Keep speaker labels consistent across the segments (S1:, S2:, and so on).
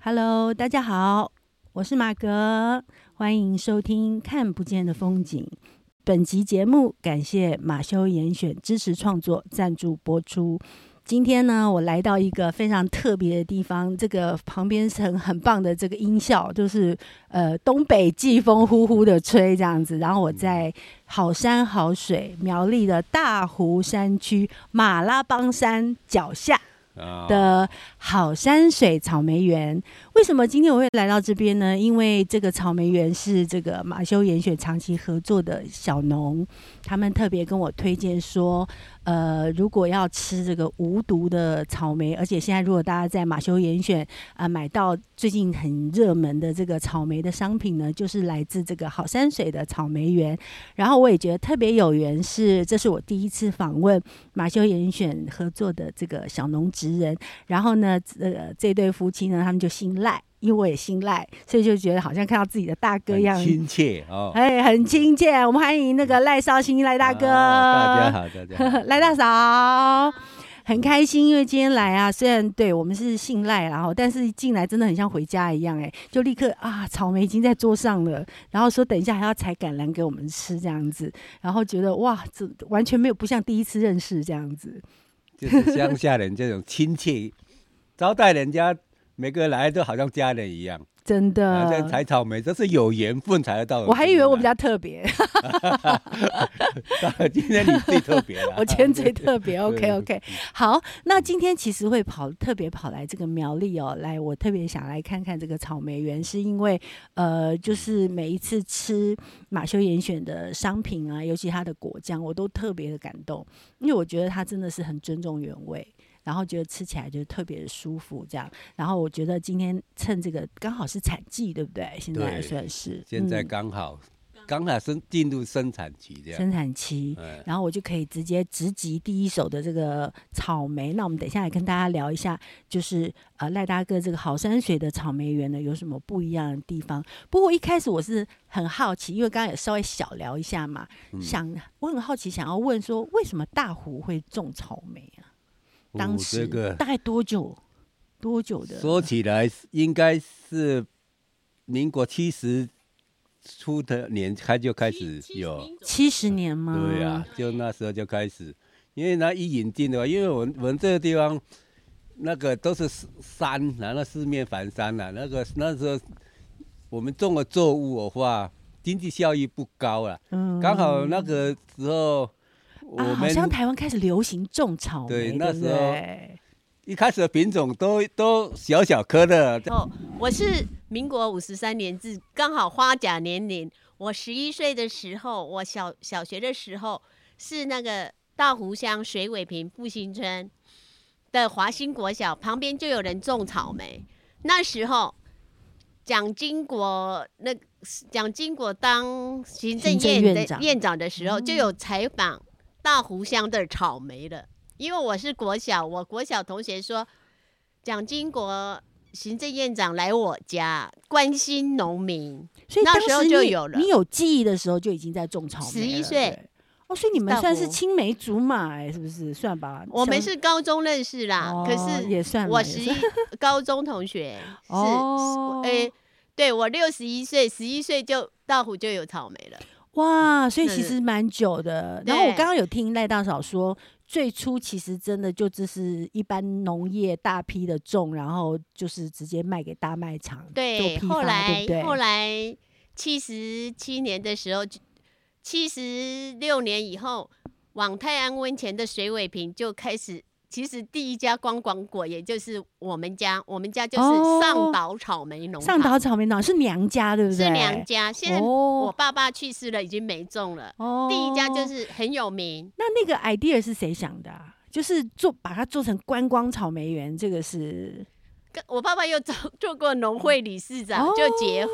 S1: Hello，大家好，我是马格，欢迎收听《看不见的风景》。本集节目感谢马修严选支持创作，赞助播出。今天呢，我来到一个非常特别的地方，这个旁边是很很棒的这个音效，就是呃东北季风呼呼的吹这样子。然后我在好山好水苗栗的大湖山区马拉邦山脚下，
S2: 啊
S1: 的好山水草莓园。为什么今天我会来到这边呢？因为这个草莓园是这个马修严选长期合作的小农，他们特别跟我推荐说，呃，如果要吃这个无毒的草莓，而且现在如果大家在马修严选啊买到最近很热门的这个草莓的商品呢，就是来自这个好山水的草莓园。然后我也觉得特别有缘是，这是我第一次访问马修严选合作的这个小农职人，然后呢，呃，这对夫妻呢，他们就信赖，因为我也信赖，所以就觉得好像看到自己的大哥一样
S2: 很，亲切哦。
S1: 哎，很亲切。我们欢迎那个赖绍兴赖大哥，。
S2: 啊大家好，大家好
S1: 赖大嫂。很开心，因为今天来啊，虽然对我们是信赖啊啦，然后但是进来真的很像回家一样、哎，就立刻啊，草莓已经在桌上了，然后说等一下还要采橄榄给我们吃这样子，然后觉得哇，这完全没有不像第一次认识这样子，
S2: 就是乡下人这种亲切，招待人家每个来都好像家人一样。
S1: 真
S2: 啊，
S1: 的。
S2: 这采草莓，这是有缘分才得到的。
S1: 嗯我还以为我比较特别，
S2: 较， 今天你最特别了
S1: 。我今天最特 别。OK
S2: 啊对
S1: OK，好，那今天其实会跑特别跑来这个苗栗哦，来我特别想来看看这个草莓园，是因为呃，就是每一次吃马修严选的商品啊，尤其它的果酱，我都特别的感动，因为我觉得它真的是很尊重原味。然后觉得吃起来就特别的舒服，这样。然后我觉得今天趁这个刚好是产季，对不对？现在
S2: 对
S1: 算是
S2: 现在
S1: 嗯
S2: 刚好，刚好生进入生产期这样。
S1: 生产期，
S2: 哎
S1: 然后我就可以直接直击第一手的这个草莓。那我们等一下来跟大家聊一下，就是呃赖大哥这个好山水的草莓园呢有什么不一样的地方？不过一开始我是很好奇，因为刚刚也稍微小聊一下嘛，
S2: 嗯
S1: 想我很好奇，想要问说为什么大湖会种草莓啊？
S2: 哦
S1: 当时、
S2: 这个
S1: 大概多久？多久的？
S2: 说起来应该是民国七十出的年，开就开始有。
S1: 七十年吗？
S2: 对呀、就那时候就开始，因为那一引进的话，因为我们我们这个地方那个都是四山，然后四面环山啊，那个那时候我们种的作物的话，经济效益不高了。
S1: 嗯
S2: 刚好那个时候我
S1: 啊，好
S2: 们
S1: 像台湾开始流行种草莓，
S2: 对
S1: 对
S2: 那
S1: 不
S2: 时候
S1: 对
S2: 一开始的品种都都小小颗的，
S3: 哦，我是民国五十三年制，刚好花甲年龄。我十一岁的时候，我小小学的时候是那个大湖乡水尾坪复兴村的华兴国小旁边就有人种草莓。那时候，蒋经国那蒋经国当行政
S1: 行政
S3: 院
S1: 院
S3: 的
S1: 长
S3: 院长的时候，就
S1: 嗯
S3: 有采访大湖乡的草莓了。因为我是国小，我国小同学说，蒋经国行政院长来我家关心农民，
S1: 所以
S3: 那
S1: 当
S3: 时候
S1: 你
S3: 就有了
S1: 你有记忆的时候就已经在种草莓了。
S3: 11
S1: 对
S3: 岁
S1: 哦，所以你们
S3: 大
S1: 算是
S3: 伯
S1: 青梅竹马哎、是不是？算吧。
S3: 我们
S1: 小
S3: 是高中认识啦，
S1: 哦
S3: 可是
S1: 也算
S3: 我
S1: 啦也
S3: 十一
S1: 算
S3: 高中同学是，是
S1: 哦
S3: 诶、对我六十一岁，十一岁就大湖就有草莓了，
S1: 哇，所以其
S3: 对对
S1: 实蛮久的。然后我
S3: 对
S1: 刚刚有听赖大嫂说，最初其实真的就只是一般农业大批的种，然后就是直接卖给大卖场做批发，
S3: 后
S1: 对
S3: 来
S1: 不对？
S3: 后来七十七年的时候，七十六年以后，往泰安温泉的水尾坪就开始。其实第一家观光果，也就是我们家，我们家就
S1: 哦
S3: 是上岛草莓农
S1: 上
S3: 场
S1: 岛草莓岛是娘家，对不对？
S3: 是娘家。现在我
S1: 哦
S3: 爸爸去世了，已经没种了。
S1: 哦
S3: 第一家就是很有名，
S1: 那那个 idea 是谁想的、啊？就是做把它做成观光草莓园，这个是
S3: 跟我爸爸又做做过农会理事长，
S1: 哦
S3: 就结合。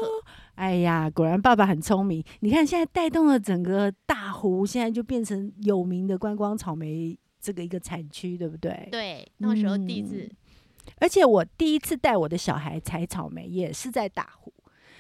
S1: 哎呀，果然爸爸很聪明。你看现在带动了整个大湖，现在就变成有名的观光草莓这个一个产区，对不对？。
S3: 对，那时候第
S1: 嗯
S3: 一次，
S1: 而且我第一次带我的小孩采草莓也是在大湖，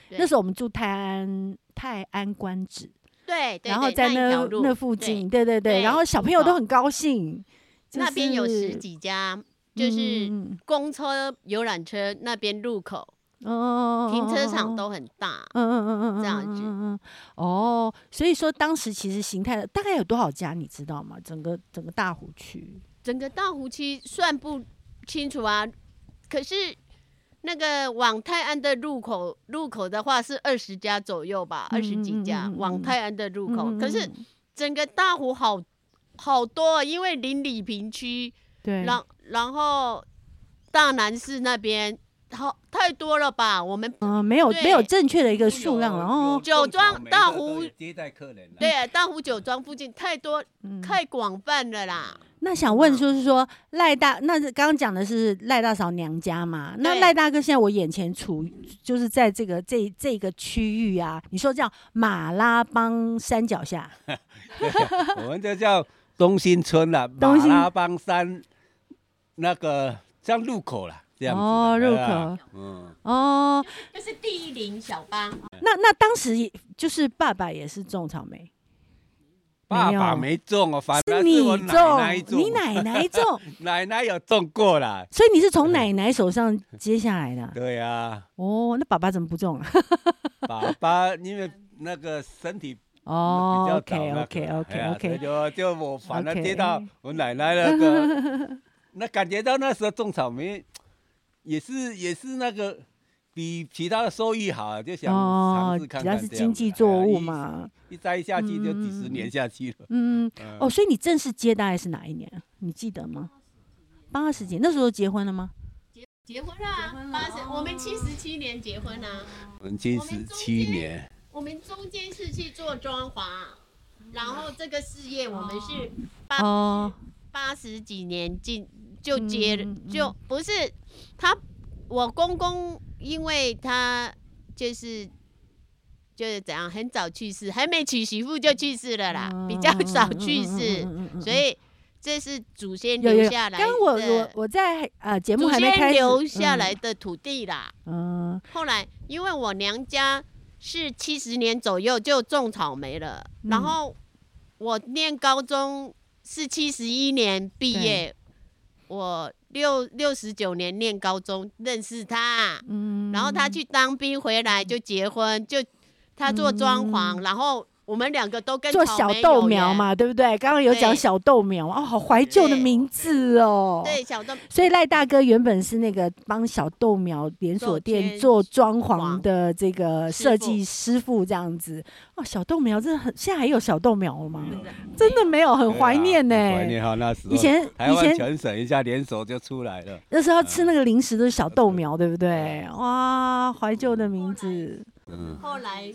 S3: 对
S1: 那时候我们住泰安泰安官址，
S3: 对对，
S1: 然后
S3: 对
S1: 在
S3: 那一条
S1: 那
S3: 路
S1: 附
S3: 对
S1: 近，对对对，
S3: 对
S1: 然后小朋友都很高兴。就
S3: 那边有
S1: 是
S3: 十几家，就是
S1: 嗯
S3: 公车、游览车那边入口
S1: 哦哦哦，
S3: 停车场
S1: 哦
S3: 都很大，
S1: 嗯嗯嗯嗯，
S3: 这样
S1: 嗯
S3: 子
S1: 嗯嗯哦，所以说当时其实形态大概有多少家，你知道吗？整个整个大湖区，
S3: 整个大湖区算不清楚啊。可是那个往泰安的入口，入口的话是二十家左右吧，
S1: 嗯
S3: 二十几家、
S1: 嗯嗯嗯
S3: 往泰安的入口。
S1: 嗯嗯
S3: 可是
S1: 嗯
S3: 整个大湖好好多、啊，因为邻里平区，
S1: 对，
S3: 然然后大南市那边好太多了吧？我们
S1: 嗯、没有没有
S3: 对
S1: 正确的一个数量，然哦后
S3: 酒庄大湖
S2: 接待客人啦，
S3: 对啊，大湖酒庄附近太多
S1: 嗯，
S3: 太广泛了啦。
S1: 那想
S3: 嗯
S1: 问就是说赖大，那是刚刚讲的是赖大嫂娘家嘛？那
S3: 对
S1: 赖大哥现在我眼前处就是在这个这这个区域啊，你说叫马拉邦山脚下，
S2: 我们就叫东兴村啦，马
S1: 东兴
S2: 拉邦山那个像入口啦，这样子啦
S1: 哦入，
S2: 对啊
S1: 口
S2: 嗯，
S1: 哦，
S3: 就是第一林小帮，
S1: 那那当时也就是爸爸也是种草莓，
S2: 爸
S1: 没有
S2: 爸没种哦，反
S1: 是
S2: 而
S1: 你
S2: 我
S1: 种，
S2: 奶奶种，
S1: 你奶奶种，
S2: 奶奶有种过啦，
S1: 所以你是从奶奶手上接下来的啊。
S2: 对啊，
S1: 哦，那爸爸怎么不种啊？
S2: 爸爸因为那个身体
S1: 哦
S2: 比较早
S1: ，OK
S2: 那
S1: OK
S2: 个
S1: OK
S2: 哎呀
S1: OK，
S2: 就就我反而
S1: OK
S2: 接到我奶奶那个，那感觉到那时候种草莓也是也是那个比其他的收益好，就想尝试看看
S1: 主要哦是
S2: 这样
S1: 经
S2: 子
S1: 济
S2: 哎呀
S1: 作物
S2: 一
S1: 嘛。
S2: 一栽下去就几十年下去了。
S1: 嗯，
S2: 嗯
S1: 哦，所以你正式接大概是哪一年啊？你记得吗？八十几，那时候结婚了吗？
S3: 结婚啦、八十，
S1: 哦
S3: 我们七十七年结婚啊。
S1: 嗯
S2: 我们七十七年，
S3: 我们中间是去做装潢，然后这个事业我们是八
S1: 哦，
S3: 八十几年进就接
S1: 嗯嗯嗯
S3: 就不是他，我公公因为他就是。就是怎样，很早去世，还没娶媳妇就去世了啦，
S1: 哦嗯
S3: 比较少去世，所以这是祖先
S1: 有有
S3: 留
S1: 嗯有。
S3: 下来
S1: 刚
S3: 的。
S1: 刚我我我在呃节目
S3: 祖
S1: 还没开
S3: 先
S1: 始
S3: 留下来，的土地啦。
S1: 嗯，嗯
S3: 后来因为我娘家是七十年左右就种草莓了，
S1: 嗯
S3: 然后我念高中是七十一年毕业，我六六十九年念高中认识他，
S1: 嗯
S3: 然后他去当兵回来就结婚，就他做装潢，然后我们两个都跟
S1: 嗯做
S3: 草
S1: 小
S3: 莓
S1: 豆
S3: 有
S1: 苗
S3: 缘，
S1: 嘛，对不对？刚刚有讲
S3: 对
S1: 小豆苗哦，好怀旧的
S3: 对
S1: 名字哦。
S3: 对小豆
S1: 所以赖大哥原本是那个帮小豆苗连锁店做
S3: 做
S1: 装潢的这个
S3: 师
S1: 设
S3: 傅
S1: 计师傅这样子。哦，小豆苗真的很，现在还有小豆苗了吗？真
S3: 真
S1: 的没有，很嗯哦怀念呢、
S2: 对啊很怀念哈那时候。
S1: 以前
S2: 台
S1: 以
S2: 湾啊
S1: 前
S2: 全省一下联手就出来了，
S1: 那时候吃那个零食都是小豆苗，对不对？哇，怀旧的名字。
S2: 嗯，
S3: 后来，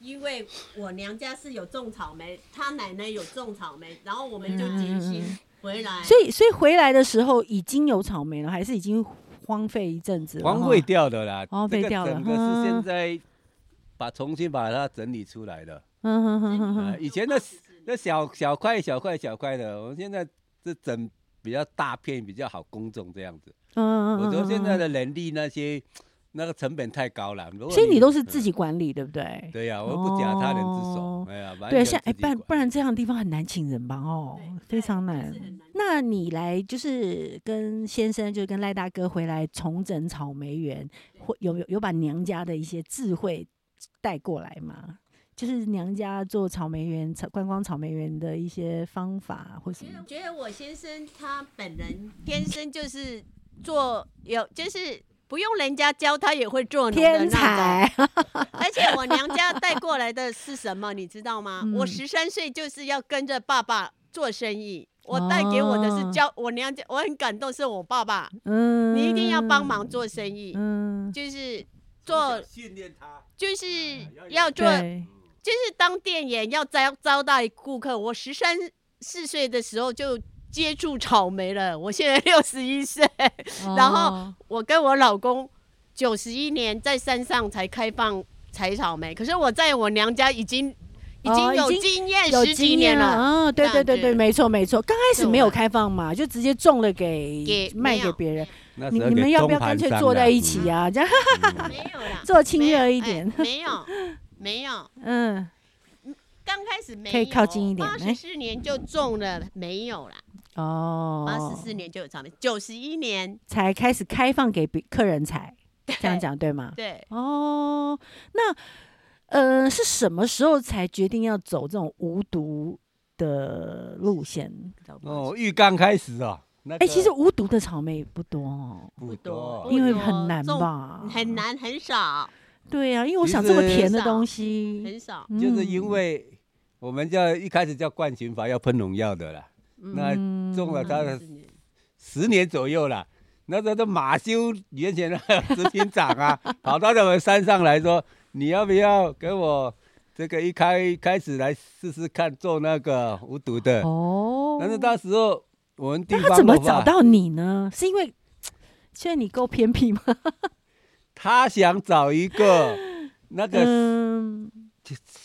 S3: 因为我娘家是有种草莓，她奶奶有种草莓，然后我们就结
S1: 嗯嗯嗯
S3: 亲回来。
S1: 所以所以回来的时候已经有草莓了，还是已经荒废一阵子了哈？
S2: 荒废掉的啦，
S1: 荒废
S2: 这个
S1: 掉了
S2: 整个
S1: 嗯
S2: 是现在把重新把它整理出来的。
S1: 嗯哼哼哼
S2: 呃
S1: 哼。
S2: 以前的那小小块小块小块的，我们现在这整比较大片比较好耕种这样子。
S1: 嗯嗯嗯。
S2: 我说现在
S1: 嗯，
S2: 的人力那些那个成本太高了，如果嗯
S1: 所以你都是自己管理，对不对？
S2: 对呀，我不假他人之
S1: 哦
S2: 手，哎呀，完
S1: 对啊，
S2: 全
S1: 像哎，
S2: 自己
S1: 不然
S2: 管
S1: 不然这样的地方很难请人吧？哦，非常难。那你来就是跟先生，就是跟赖大哥回来重整草莓园，或有有有把娘家的一些智慧带过来吗？就是娘家做草莓园、草观光草莓园的一些方法或什么？
S3: 觉得我先生他本人天生就是做有，就是不用人家教，他也会做农
S1: 天
S3: 的那种。
S1: 才，
S3: 而且我娘家带过来的是什么，你知道吗？
S1: 嗯
S3: 我十三岁就是要跟着爸爸做生意。我带给我的
S1: 哦
S3: 是教我娘家，我很感动，是我爸爸，
S1: 嗯，
S3: 你一定要帮忙，做生意，
S1: 嗯，
S3: 就是做
S2: 训练
S1: 哎
S2: 他，嗯
S3: 就是
S2: 有
S3: 要做，
S1: 啊对，
S3: 就是当店员要招招待顾客。我十三四岁的时候就接触草莓了，我现在 六十一岁，然后我跟我老公九十一年在山上才开放采草莓，可是我在我娘家已经已
S1: 哦
S3: 经
S1: 已
S3: 有
S1: 经
S3: 经验
S1: 有
S3: 十几
S1: 经
S3: 年
S1: 验
S3: 了。
S1: 嗯，对对
S3: 感
S1: 对对，
S3: 觉
S1: 没错没错。刚开始
S3: 对
S1: 没有
S3: 我
S1: 开放嘛，就直接种了给
S3: 给
S1: 嗯卖
S3: 没
S1: 给
S3: 有
S1: 别人。
S2: 那
S1: 你
S2: 时候
S1: 你
S2: 给
S1: 们要不
S2: 中
S1: 要干
S2: 盘
S1: 脆
S2: 商
S1: 坐
S2: 啦
S1: 在一起？啊？这样
S2: 嗯
S3: 没有 啦，
S1: 坐亲
S3: 没有
S1: 热一
S3: 哎
S1: 点
S3: 没有， 没有，
S1: 嗯，
S3: 刚开始没有。
S1: 可以靠近一点
S3: 八
S1: 哎
S3: 十四年就中了，没有啦。八
S1: 哦
S3: 十，四年就有草莓，九十一年
S1: 才开始开放给别客人采。这样讲对吗？
S3: 对，
S1: 哦，那呃，是什么时候才决定要走这种无毒的路线？
S2: 哦，浴缸开始哦。那
S1: 哎、
S2: 个
S1: 其实无毒的草莓也不多哦，
S2: 不
S3: 多
S2: 多，
S1: 因为
S3: 多
S1: 很难
S3: 种
S1: 吧？
S3: 很。难很少
S1: 对啊呀、因为我
S2: 其
S1: 想这么
S2: 实
S1: 甜的
S3: 少
S1: 东西，
S3: 很少，
S2: 就是因
S1: 嗯
S2: 为我们叫一开始叫冠群法要喷农药的啦，
S1: 嗯
S2: 那中了它的
S3: 嗯是
S2: 十年左右啦。那时候的马修原先的执行长啊，跑到我们山上来说，你要不要给我这个一开开始来试试看做那个无毒的？
S1: 哦，
S2: 但是那时候我们地
S1: 那
S2: 方
S1: 他怎么
S2: 的话
S1: 找到你呢？是因为现在你够偏僻 吗？
S2: 他想找一个那个
S1: 嗯，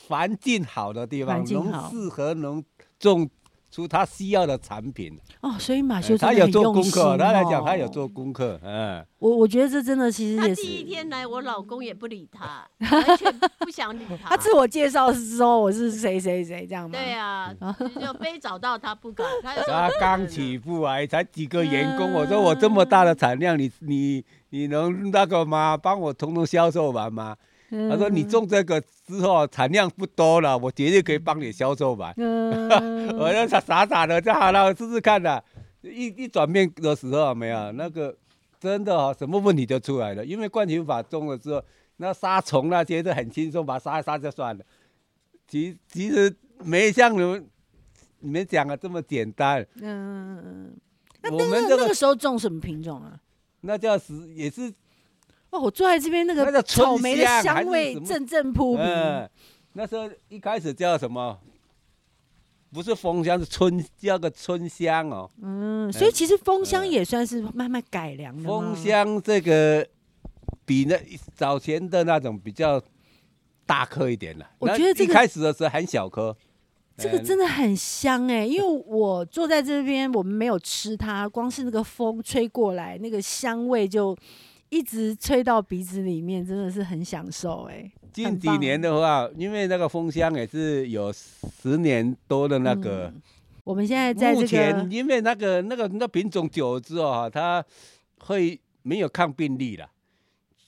S2: 环境好的地
S1: 环
S2: 方，
S1: 境好
S2: 能适合能种出他需要的产品。
S1: 哦，所以马
S2: 哎
S1: 修真
S2: 他
S1: 的
S2: 有
S1: 很
S2: 做
S1: 用
S2: 功
S1: 心
S2: 课，他来讲
S1: 哦
S2: 他有做功课，嗯，
S1: 我我觉得这真的其实
S3: 他
S1: 也
S3: 第一
S1: 是。
S3: 天来，我老公也不理他，完全不想理
S1: 他
S3: 他。
S1: 自我介绍是说我是谁谁谁这样吗？
S3: 对啊， 就非找到他不可。他有
S2: 他刚起步啊，才几个员工，我说我这么大的产量，你你你能那个吗？帮我统统销售完吗？
S1: 嗯
S2: 他说你，种这个之后产量不多了，我绝对可以帮你销售完。
S1: 嗯
S2: 我就傻傻傻的，就好了，我试试看啦。一一转变的时候，啊没有那个真的、哦、什么问题就出来了。因为灌情法中了之后，那杀虫那些都很轻松，把它杀一杀就算了。其其实没像你们你们讲的这么简单。
S1: 嗯，那
S2: 我们
S1: 那
S2: 这
S1: 那个
S2: 个
S1: 时候种什么品种啊？
S2: 那叫是也是
S1: 哦，我坐在这边那
S2: 那叫
S1: 个
S2: 春
S1: 草莓的
S2: 香还
S1: 香
S2: 是
S1: 味
S2: 什么
S1: 阵阵扑鼻。
S2: 嗯，那时候一开始叫什么？不是枫香，是春叫个春香哦。
S1: 嗯，所以其实枫香
S2: 嗯
S1: 也算是慢慢改良的嘛。
S2: 枫香这个比那早前的那种比较大颗一点了。
S1: 我
S2: 那
S1: 觉得这
S2: 一
S1: 个
S2: 开始的时候很小颗，
S1: 这个
S2: 嗯
S1: 真的很香哎、因为我坐在这边，我们没有吃它，光是那个风吹过来，那个香味就一直吹到鼻子里面，真的是很享受哎、
S2: 近
S1: 很
S2: 几
S1: 棒
S2: 年的话，因为那个枫香也是有十年多的那个。
S1: 嗯我们现在在
S2: 目
S1: 这
S2: 前
S1: 个
S2: 因为那个那个那品种久了之后哈、它会没有抗病力了，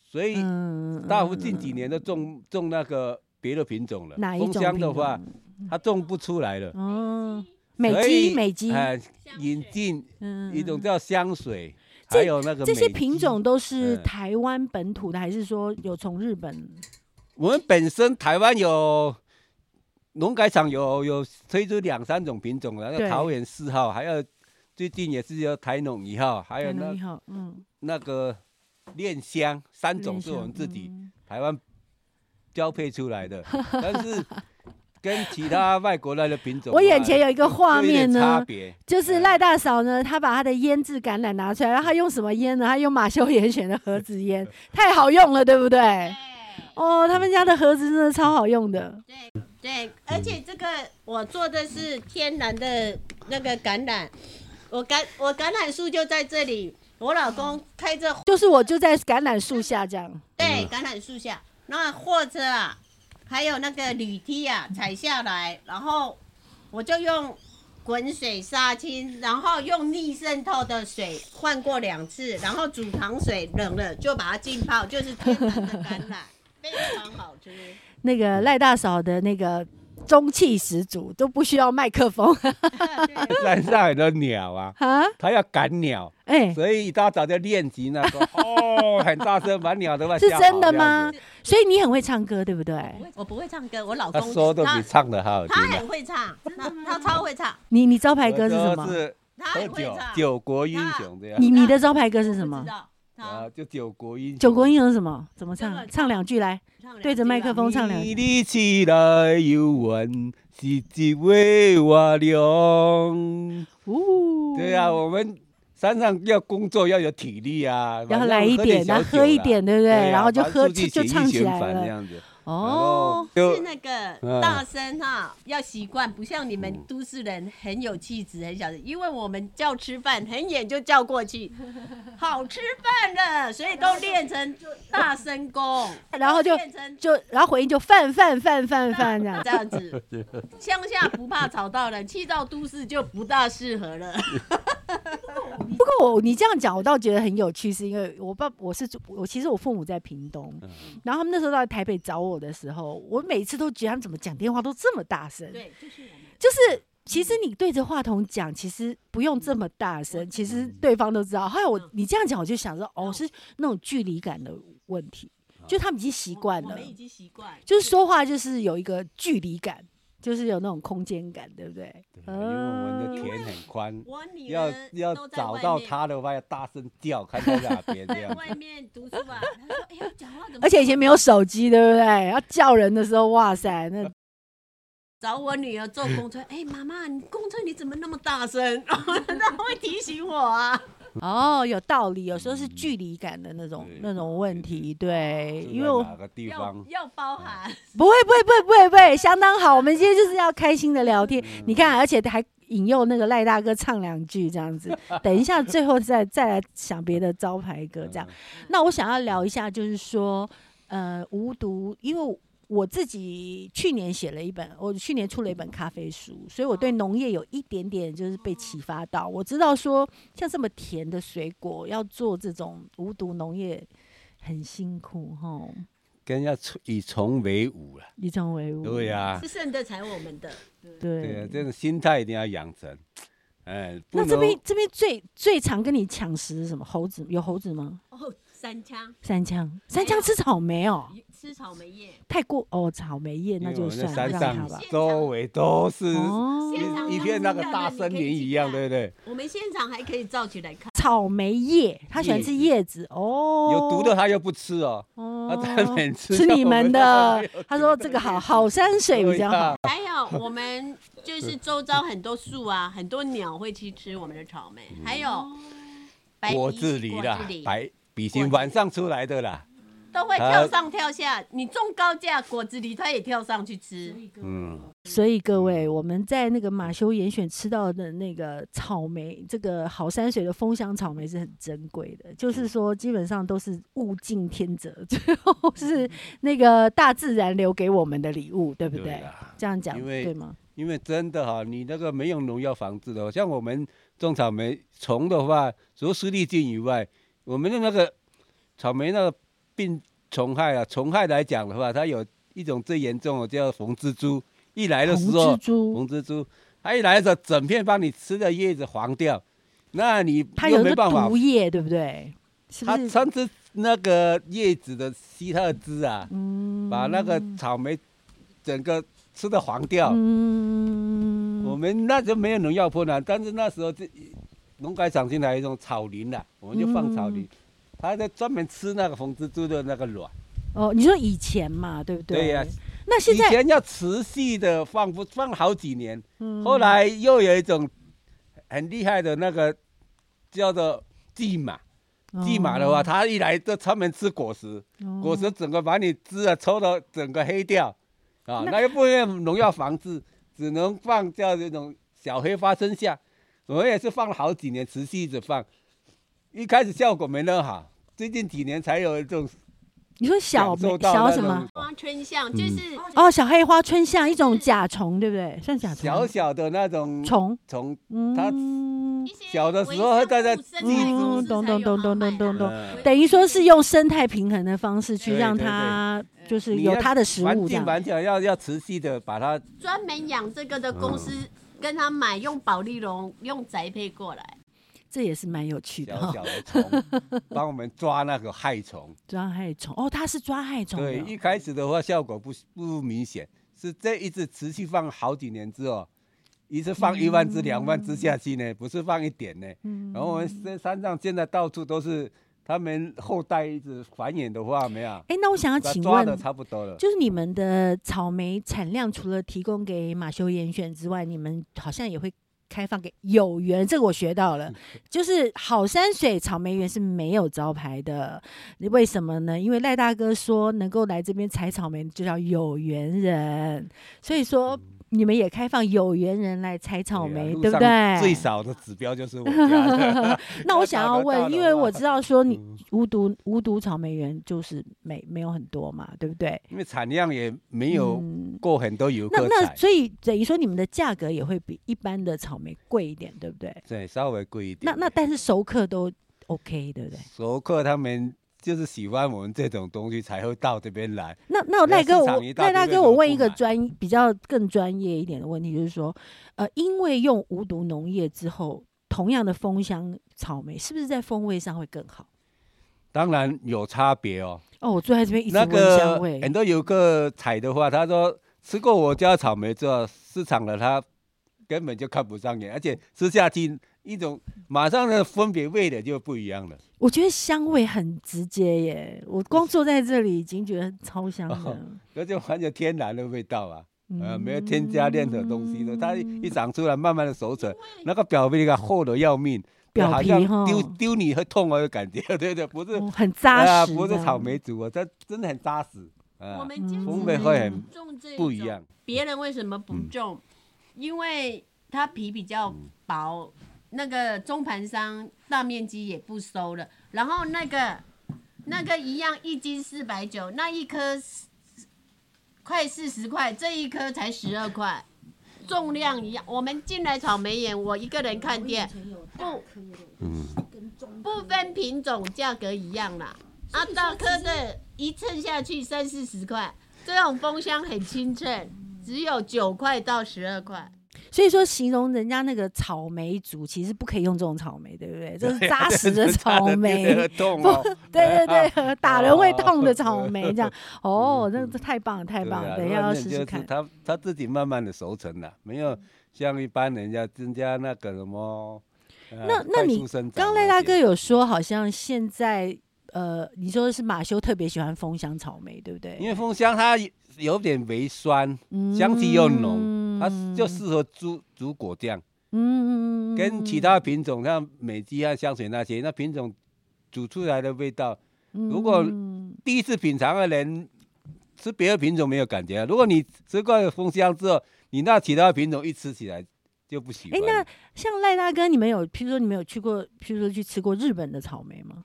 S2: 所以
S1: 嗯
S2: 大福近几年都种种那个别的品种了。
S1: 哪一
S2: 枫
S1: 种
S2: 香的
S1: 品
S2: 话
S1: 种，
S2: 它种不出来了。
S1: 嗯，
S2: 所
S1: 美
S2: 以
S1: 肌美肌，
S2: 哎
S3: 香
S2: 引
S3: 水
S2: 进
S1: 嗯，
S2: 一种叫香水，
S1: 这
S2: 还有那个
S1: 这些
S2: 美
S1: 品
S2: 肌
S1: 种。都是
S2: 嗯
S1: 台湾本土的，还是说有从日本？
S2: 我们本身台湾有农改场有有推出两三种品种的，那
S1: 对
S2: 个桃园四号，还有最近也是有台农一号，还有
S1: 台农
S2: 那
S1: 一号嗯，
S2: 那个恋香，三种
S1: 莲
S2: 是我
S1: 香
S2: 们自己
S1: 嗯
S2: 台湾交配出 来的，但是跟其他外国来的品种的话，
S1: 我眼前有一个画
S2: 就有点
S1: 面呢
S2: 差，别
S1: 就是赖大嫂呢，她把她的腌制橄榄拿出来，然后她用什么腌呢？她用马修严选的盒子腌，太好用了，对不对？哦，他们家的盒子真的超好用的。
S3: 对对，而且这个我做的是天然的那个橄榄，我橄我橄榄树就在这里，我老公开着
S1: 就是我就在橄榄树下这样，
S3: 对橄榄树下，那货车啊，还有那个铝梯啊踩下来，然后我就用滚水杀青，然后用逆渗透的水换过两次，然后煮糖水冷了就把它浸泡，就是天然的橄榄，非常好吃。
S1: 那个赖大嫂的那个中气十足，都不需要麦克风
S3: 对
S2: 山上很多鸟啊，
S1: 啊！
S2: 它要赶鸟，
S1: 哎、
S2: 所以一大早就练习那 个，哦，很大声，把鸟都把
S1: 是
S2: 吓跑
S1: 真的
S2: 这样
S1: 吗
S2: 子？
S1: 所以你很会唱歌，对不对？
S3: 我不会唱歌，我老
S2: 他
S3: 公
S2: 说的
S3: 他
S2: 比唱的还好听
S3: 他
S2: 啊。
S3: 很会唱，他他超会唱，
S1: 你你招
S2: 我
S1: 牌歌是什
S2: 说
S1: 么？
S2: 是啊
S3: 他
S2: 喝
S3: 很会
S2: 酒
S3: 唱。
S2: 九国英雄这样。
S1: 你你的招牌歌是什
S3: 我
S1: 么
S3: 不知？道
S2: 啊，
S3: 他
S2: 就九国英雄。
S1: 九国英雄是什么？怎么
S3: 这个
S1: 唱？唱两句来。
S3: 唱两句吧
S1: 对着麦克风唱两句
S2: 你的起来游玩是一位瓦
S1: 嗯
S2: 良。
S1: 呜
S2: 对啊，我们山上要工作要有体力啊，
S1: 然后
S2: 晚上
S1: 来一
S2: 喝
S1: 点，
S2: 小
S1: 然后
S2: 酒
S1: 喝一
S2: 啦
S1: 点，对不对？
S2: 对啊
S1: 然后就
S2: 把
S1: 喝就
S2: 促进
S1: 就
S2: 血液
S1: 唱起
S2: 循
S1: 来
S2: 环这
S1: 了。
S2: 样子。然
S1: 哦
S2: 后，就是
S3: 那个
S2: 嗯
S3: 大声哈，要习惯，不像你
S1: 嗯
S3: 们都市人很有气质，很小声，因为我们叫吃饭很远就叫 过去，好吃饭了，所以都练成大声功，
S1: 然后就
S3: 练成
S1: 就然后回应就饭饭饭 饭饭这样
S3: 这。样子。
S1: 嗯
S3: 乡下不怕吵到人，去到都市就不大适合了。
S1: 不过我你这样讲，我倒觉得很有趣，是因为我爸我是住我其实我父母在屏东，
S2: 嗯
S1: 然后他们那时候到台北找我的时候，我每次都觉得他们怎么讲电话都这么大声，
S3: 对，嗯就是我们
S1: 就是其实你对着话筒讲，其实不用这
S3: 嗯
S1: 么大声，其实对方都知道。后来我你这样讲，我就想说，
S3: 嗯
S1: 哦，是那种距离感的问题，就他们已经习惯
S3: 我
S1: 了，
S3: 们已经习惯，
S1: 就是说话就是有一个距离感，就是有那种空间感，对不对？
S2: 因为我们的田很宽，
S3: 我女
S2: 要
S3: 儿
S2: 要
S3: 都在
S2: 找
S3: 外
S2: 到
S3: 面，
S2: 它的话，要大声叫，看在哪边这
S3: 在
S2: 样。
S3: 外面读书啊，她说：“哎呀，讲话怎么？”
S1: 而且以前没有手机，对不对？要叫人的时候，哇塞，那
S3: 找我女儿坐 公车，哎、妈妈，你公车你怎么那么大声？ 她会提醒我啊。
S1: 哦，有道理。有时候是距离感的那种
S2: 对
S1: 那种问题， 对，因为
S2: 住
S1: 我
S2: 在哪个地
S3: 要
S2: 方？
S3: 要包含，
S1: 不会，不会，不会，不会，不会，相当好。我们今天就是要开心的聊天，
S2: 嗯
S1: 你看，而且还引诱那个赖大哥唱两句这样 子。等一下，最后再再来想别的招牌歌这样。
S2: 嗯
S1: 那我想要聊一下，就是说，呃，无毒，因为。我自己去年写了一本，我去年出了一本咖啡书，所以我对农业有一点点就是被启发到。我知道说，像这么甜的水果，要做这种无毒农业很辛苦哈，
S2: 跟人家虫以虫为伍了。
S1: 以种为伍。
S2: 对呀
S3: 是，圣德才我们的，
S2: 对呀
S1: 对，，
S2: 这种心态一定要养成。哎，不
S1: 那这边
S2: 能
S1: 这边最最常跟你抢食是什么？猴子有猴子吗？
S3: 哦，三枪
S1: 三枪，三枪吃草莓哦，
S3: 吃草莓叶，
S1: 太过哦，草莓叶
S2: 因
S1: 那
S2: 为我
S1: 就
S2: 们
S1: 算了，
S2: 在山
S1: 让它
S2: 上
S1: 吧。
S2: 周围都是
S1: 哦，
S3: 现场
S2: 一一片那个大森林一样，对不对？
S3: 我们现场还可以照起来看。
S1: 草莓叶，他喜欢吃叶子哦，
S2: 有毒的它又不吃哦，它
S1: 哦，
S2: 当然吃。
S1: 吃你们
S2: 那我
S1: 的
S2: 们。
S1: 他说这个好，好山水比较好。
S3: 还有我们就是周遭很多树啊，很多鸟会去吃我们的草莓，还有白
S2: 对呀嗯
S3: 鼻
S2: 哦果子狸
S3: 果
S2: 啦
S3: 子，狸
S2: 白比心晚上出来的啦。
S3: 都会跳
S2: 呃
S3: 上跳下。你种高价果子狸，它也跳上去吃。
S2: 嗯，
S1: 所以各位，我们在那个马修严选吃到的那个草莓，这个好山水的枫香草莓是很珍贵的，就是说基本上都是物竞天择， 最后
S2: 嗯
S1: 是那个大自然留给我们的礼物，对不对？
S2: 啦。
S1: 这样讲
S2: 因为
S1: 对吗？
S2: 因为真的哈、你那个没用农药防治的哦，像我们种草莓虫的话，除了湿地菌以外，我们的那个草莓那个病虫害啊，虫害来讲的话，它有一种最严重的叫红蜘蛛，一来的
S1: 红
S2: 时候
S1: 蜘，蛛，
S2: 红蜘蛛，它一来的时候整片把你吃的叶子黄掉，那你
S1: 它
S2: 又
S1: 有
S2: 没
S1: 那
S2: 办
S1: 个
S2: 法
S1: 毒，液，对不对？是
S2: 它
S1: 不是？
S2: 甚至那个叶子的吸它的汁啊，
S1: 嗯
S2: 把那个草莓整个吃的黄掉。
S1: 嗯，
S2: 我们那时候没有农药喷啊，但是那时候这农改场进来一种草林啦、我们就放草
S1: 嗯
S2: 林，它在专门吃那个红蜘蛛的那个卵。
S1: 哦，你说以前嘛，对不对？
S2: 对呀、
S1: 那现
S2: 以
S1: 在
S2: 前要持续的放不放好几年，
S1: 嗯
S2: 后来又有一种很厉害的那个叫做蓟马，蓟马的话，，它一来就专门吃果实，
S1: 哦
S2: 果实整个把你枝啊抽到整个黑掉，啊，那又不用农药防治，只能放叫这种小黑花生下。我也是放了好几年，持续一直放，一开始效果没那么好，最近几年才有一种
S1: 你说小
S2: 享受
S1: 莓
S2: 到
S1: 小
S2: 那
S1: 什么
S2: 种？
S3: 花春象就是
S2: 嗯
S1: 哦，小黑花春象一种甲虫，对不对？算甲虫
S2: 小
S1: 吗，
S2: 小的那种
S1: 虫，
S2: 虫，它
S1: 啊嗯
S3: 一，些
S2: 小的时候大家
S3: 微生物生态
S1: 嗯
S3: 公司
S1: 懂
S3: 才有
S1: 懂懂懂
S3: 卖
S1: 懂懂
S3: 的
S1: 懂
S2: 嗯
S1: 等于说是用生态平衡的方式去
S2: 对
S1: 让
S2: 对
S1: 它就是
S2: 你
S1: 有
S2: 要
S1: 它的食
S2: 环
S1: 物这
S2: 境
S1: 样。
S2: 完全要要持续的把它
S3: 专门养这个的公司跟他买，用保利龙用宅配过来，
S2: 嗯
S1: 这也是蛮有趣的哦哈，
S2: 小小的虫， 帮我们抓那个害虫。
S1: 抓害虫哦，它是抓害虫
S2: 对，
S1: 的哦
S2: 一开始的话效果不不明显，是这一直持续放好几年之后，一次放一万只、两万只下去呢，不是放一点呢。
S1: 嗯
S2: 然后我们这山上现在到处都是他们后代一直繁衍的话，没有，
S1: 哎，那我想要
S2: 把
S1: 请
S2: 抓
S1: 问
S2: 的，差不多了。
S1: 就是你们的草莓产量除了提供给马修严选之外，你们好像也会开放给有缘，这个我学到了。就是好山水草莓园是没有招牌的，为什么呢？因为赖大哥说能够来这边采草莓就叫有缘人，所以说。你们也开放有缘人来采草莓，对
S2: 嗯啊
S1: 不
S2: 路上
S1: 对？
S2: 最少的指标就是我家的
S1: 那我想要
S2: 要
S1: 问，
S2: 达
S1: 因为
S2: 到的话
S1: 我知道说你
S2: 嗯
S1: 无毒无毒草莓园就是没没有很多嘛，对不对？
S2: 因为产量也没有
S1: 嗯
S2: 够很多游
S1: 那
S2: 客
S1: 那
S2: 采，
S1: 所以等于说你们的价格也会比一般的草莓贵一点，对不对？
S2: 对，稍微贵一点
S1: 那
S2: 点。
S1: 那但是熟客都 OK，对不对？
S2: 熟客他们就是喜欢我们这种东西，才会到这边来。
S1: 那那赖
S2: 那
S1: 哥
S2: 市
S1: 我
S2: 场一
S1: 赖
S2: 大堆
S1: 赖
S2: 为
S1: 哥
S2: 什
S1: 我
S2: 么
S1: 问
S2: 不
S1: 一个
S2: 买
S1: 专比较更专业一点的问题，就是说，呃，因为用无毒农业之后，同样的风香草莓是不是在风味上会更好？
S2: 当然有差别哦。
S1: 哦，我坐在这边一直
S2: 那
S1: 闻
S2: 个哎
S1: 香味，
S2: 很多游客采的话，他说吃过我家草莓之后，市场的他根本就看不上眼，而且吃下去一种马上的分别味的就不一样了。
S1: 我觉得香味很直接耶，我光坐在这里已经觉得超 香的，
S2: 那就完全天然的味道啊，呃，
S1: 嗯
S2: 没有添加任何东西的，它一长出来慢慢的熟成，那个表皮啊厚的要命，
S1: 表
S2: 好
S1: 皮
S2: 像
S1: 哈
S2: 丢丢你会痛啊的感觉， 对对，不是
S1: 哦很
S2: 哎
S1: 扎
S2: 呀
S1: 实、
S2: 不是草莓，族啊，它真的很扎实啊，
S3: 我们坚持
S1: 风
S2: 味会很
S3: 种这
S2: 不一
S3: 种
S2: 样。
S3: 别人为什么不种？因为它皮比较薄，那个中盘商大面积也不收了。然后那个那个一样一斤四百九，那一颗是快四十块，这一颗才十二块，重量一样。我们进来草莓园，我一个人看店，不
S2: 嗯，
S3: 不分品种，价格一样啦。啊，大颗的一称下去三四十块，这种蜂箱很清脆，只有九块到十二块。
S1: 所以说形容人家那个草莓族，其实不可以用这种草莓，对不对？这是扎实的草 莓，
S2: 真的痛哦，
S1: 对对对，打人会
S2: 哦
S1: 痛的草莓，这样哦，那这太棒了， 太
S2: 对
S1: 棒
S2: 啊
S1: 了，等一
S2: 那
S1: 下要
S2: 那
S1: 试
S2: 就
S1: 试
S2: 是
S1: 看。
S2: 他他自己慢慢的熟成了，没有像一般人家增加那个什么。呃
S1: 那那
S2: 快
S1: 你
S2: 速生长
S1: 刚
S2: 那
S1: 赖大
S2: 些
S1: 哥有说，好像现在呃，你说的是马修特别喜欢枫香草莓，对不对？
S2: 因为枫香它有点微酸，香气又浓，它就适合煮煮果酱。
S1: 嗯，嗯嗯嗯
S2: 跟其他品种像美肌和香水那些，那品种煮出来的味道，如果
S1: 嗯
S2: 第一次品尝的人吃别的品种没有感觉啊，如果你吃过枫香之后，你那其他品种一吃起来就不喜
S1: 哎
S2: 欢了。
S1: 那像赖大哥，你们有，譬如说你们有去过，譬如说去吃过日本的草莓吗？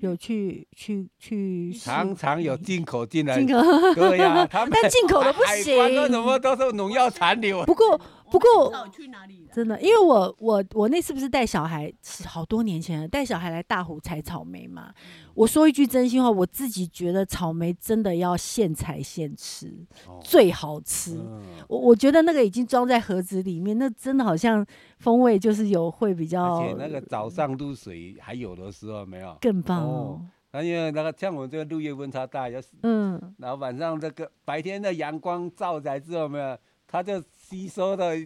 S1: 有
S2: 嗯
S1: 去去去试
S2: 常常有进口进来，
S1: 嗯进口，
S2: 对呀、他们
S1: 但进口的不
S2: 海关都什
S1: 行。
S2: 么都是农药残留啊，
S1: 不过不过
S3: 早去哪里了？
S1: 真的，因为我我我那次不是带小孩，是好多年前了带小孩来大湖采草莓嘛。
S2: 嗯
S1: 我说一句真心话，我自己觉得草莓真的要现采现吃，
S2: 哦
S1: 最好吃。
S2: 嗯
S1: 我我觉得那个已经装在盒子里面，那真的好像风味就是有会比
S2: 而
S1: 较
S2: 且那个早上入水还有的时候没有，
S1: 更棒哦
S2: 哦。那因为那个像我们这个日夜温差大，要是
S1: 嗯，
S2: 然后晚上这个白天的阳光照来之后没有，它就吸收的，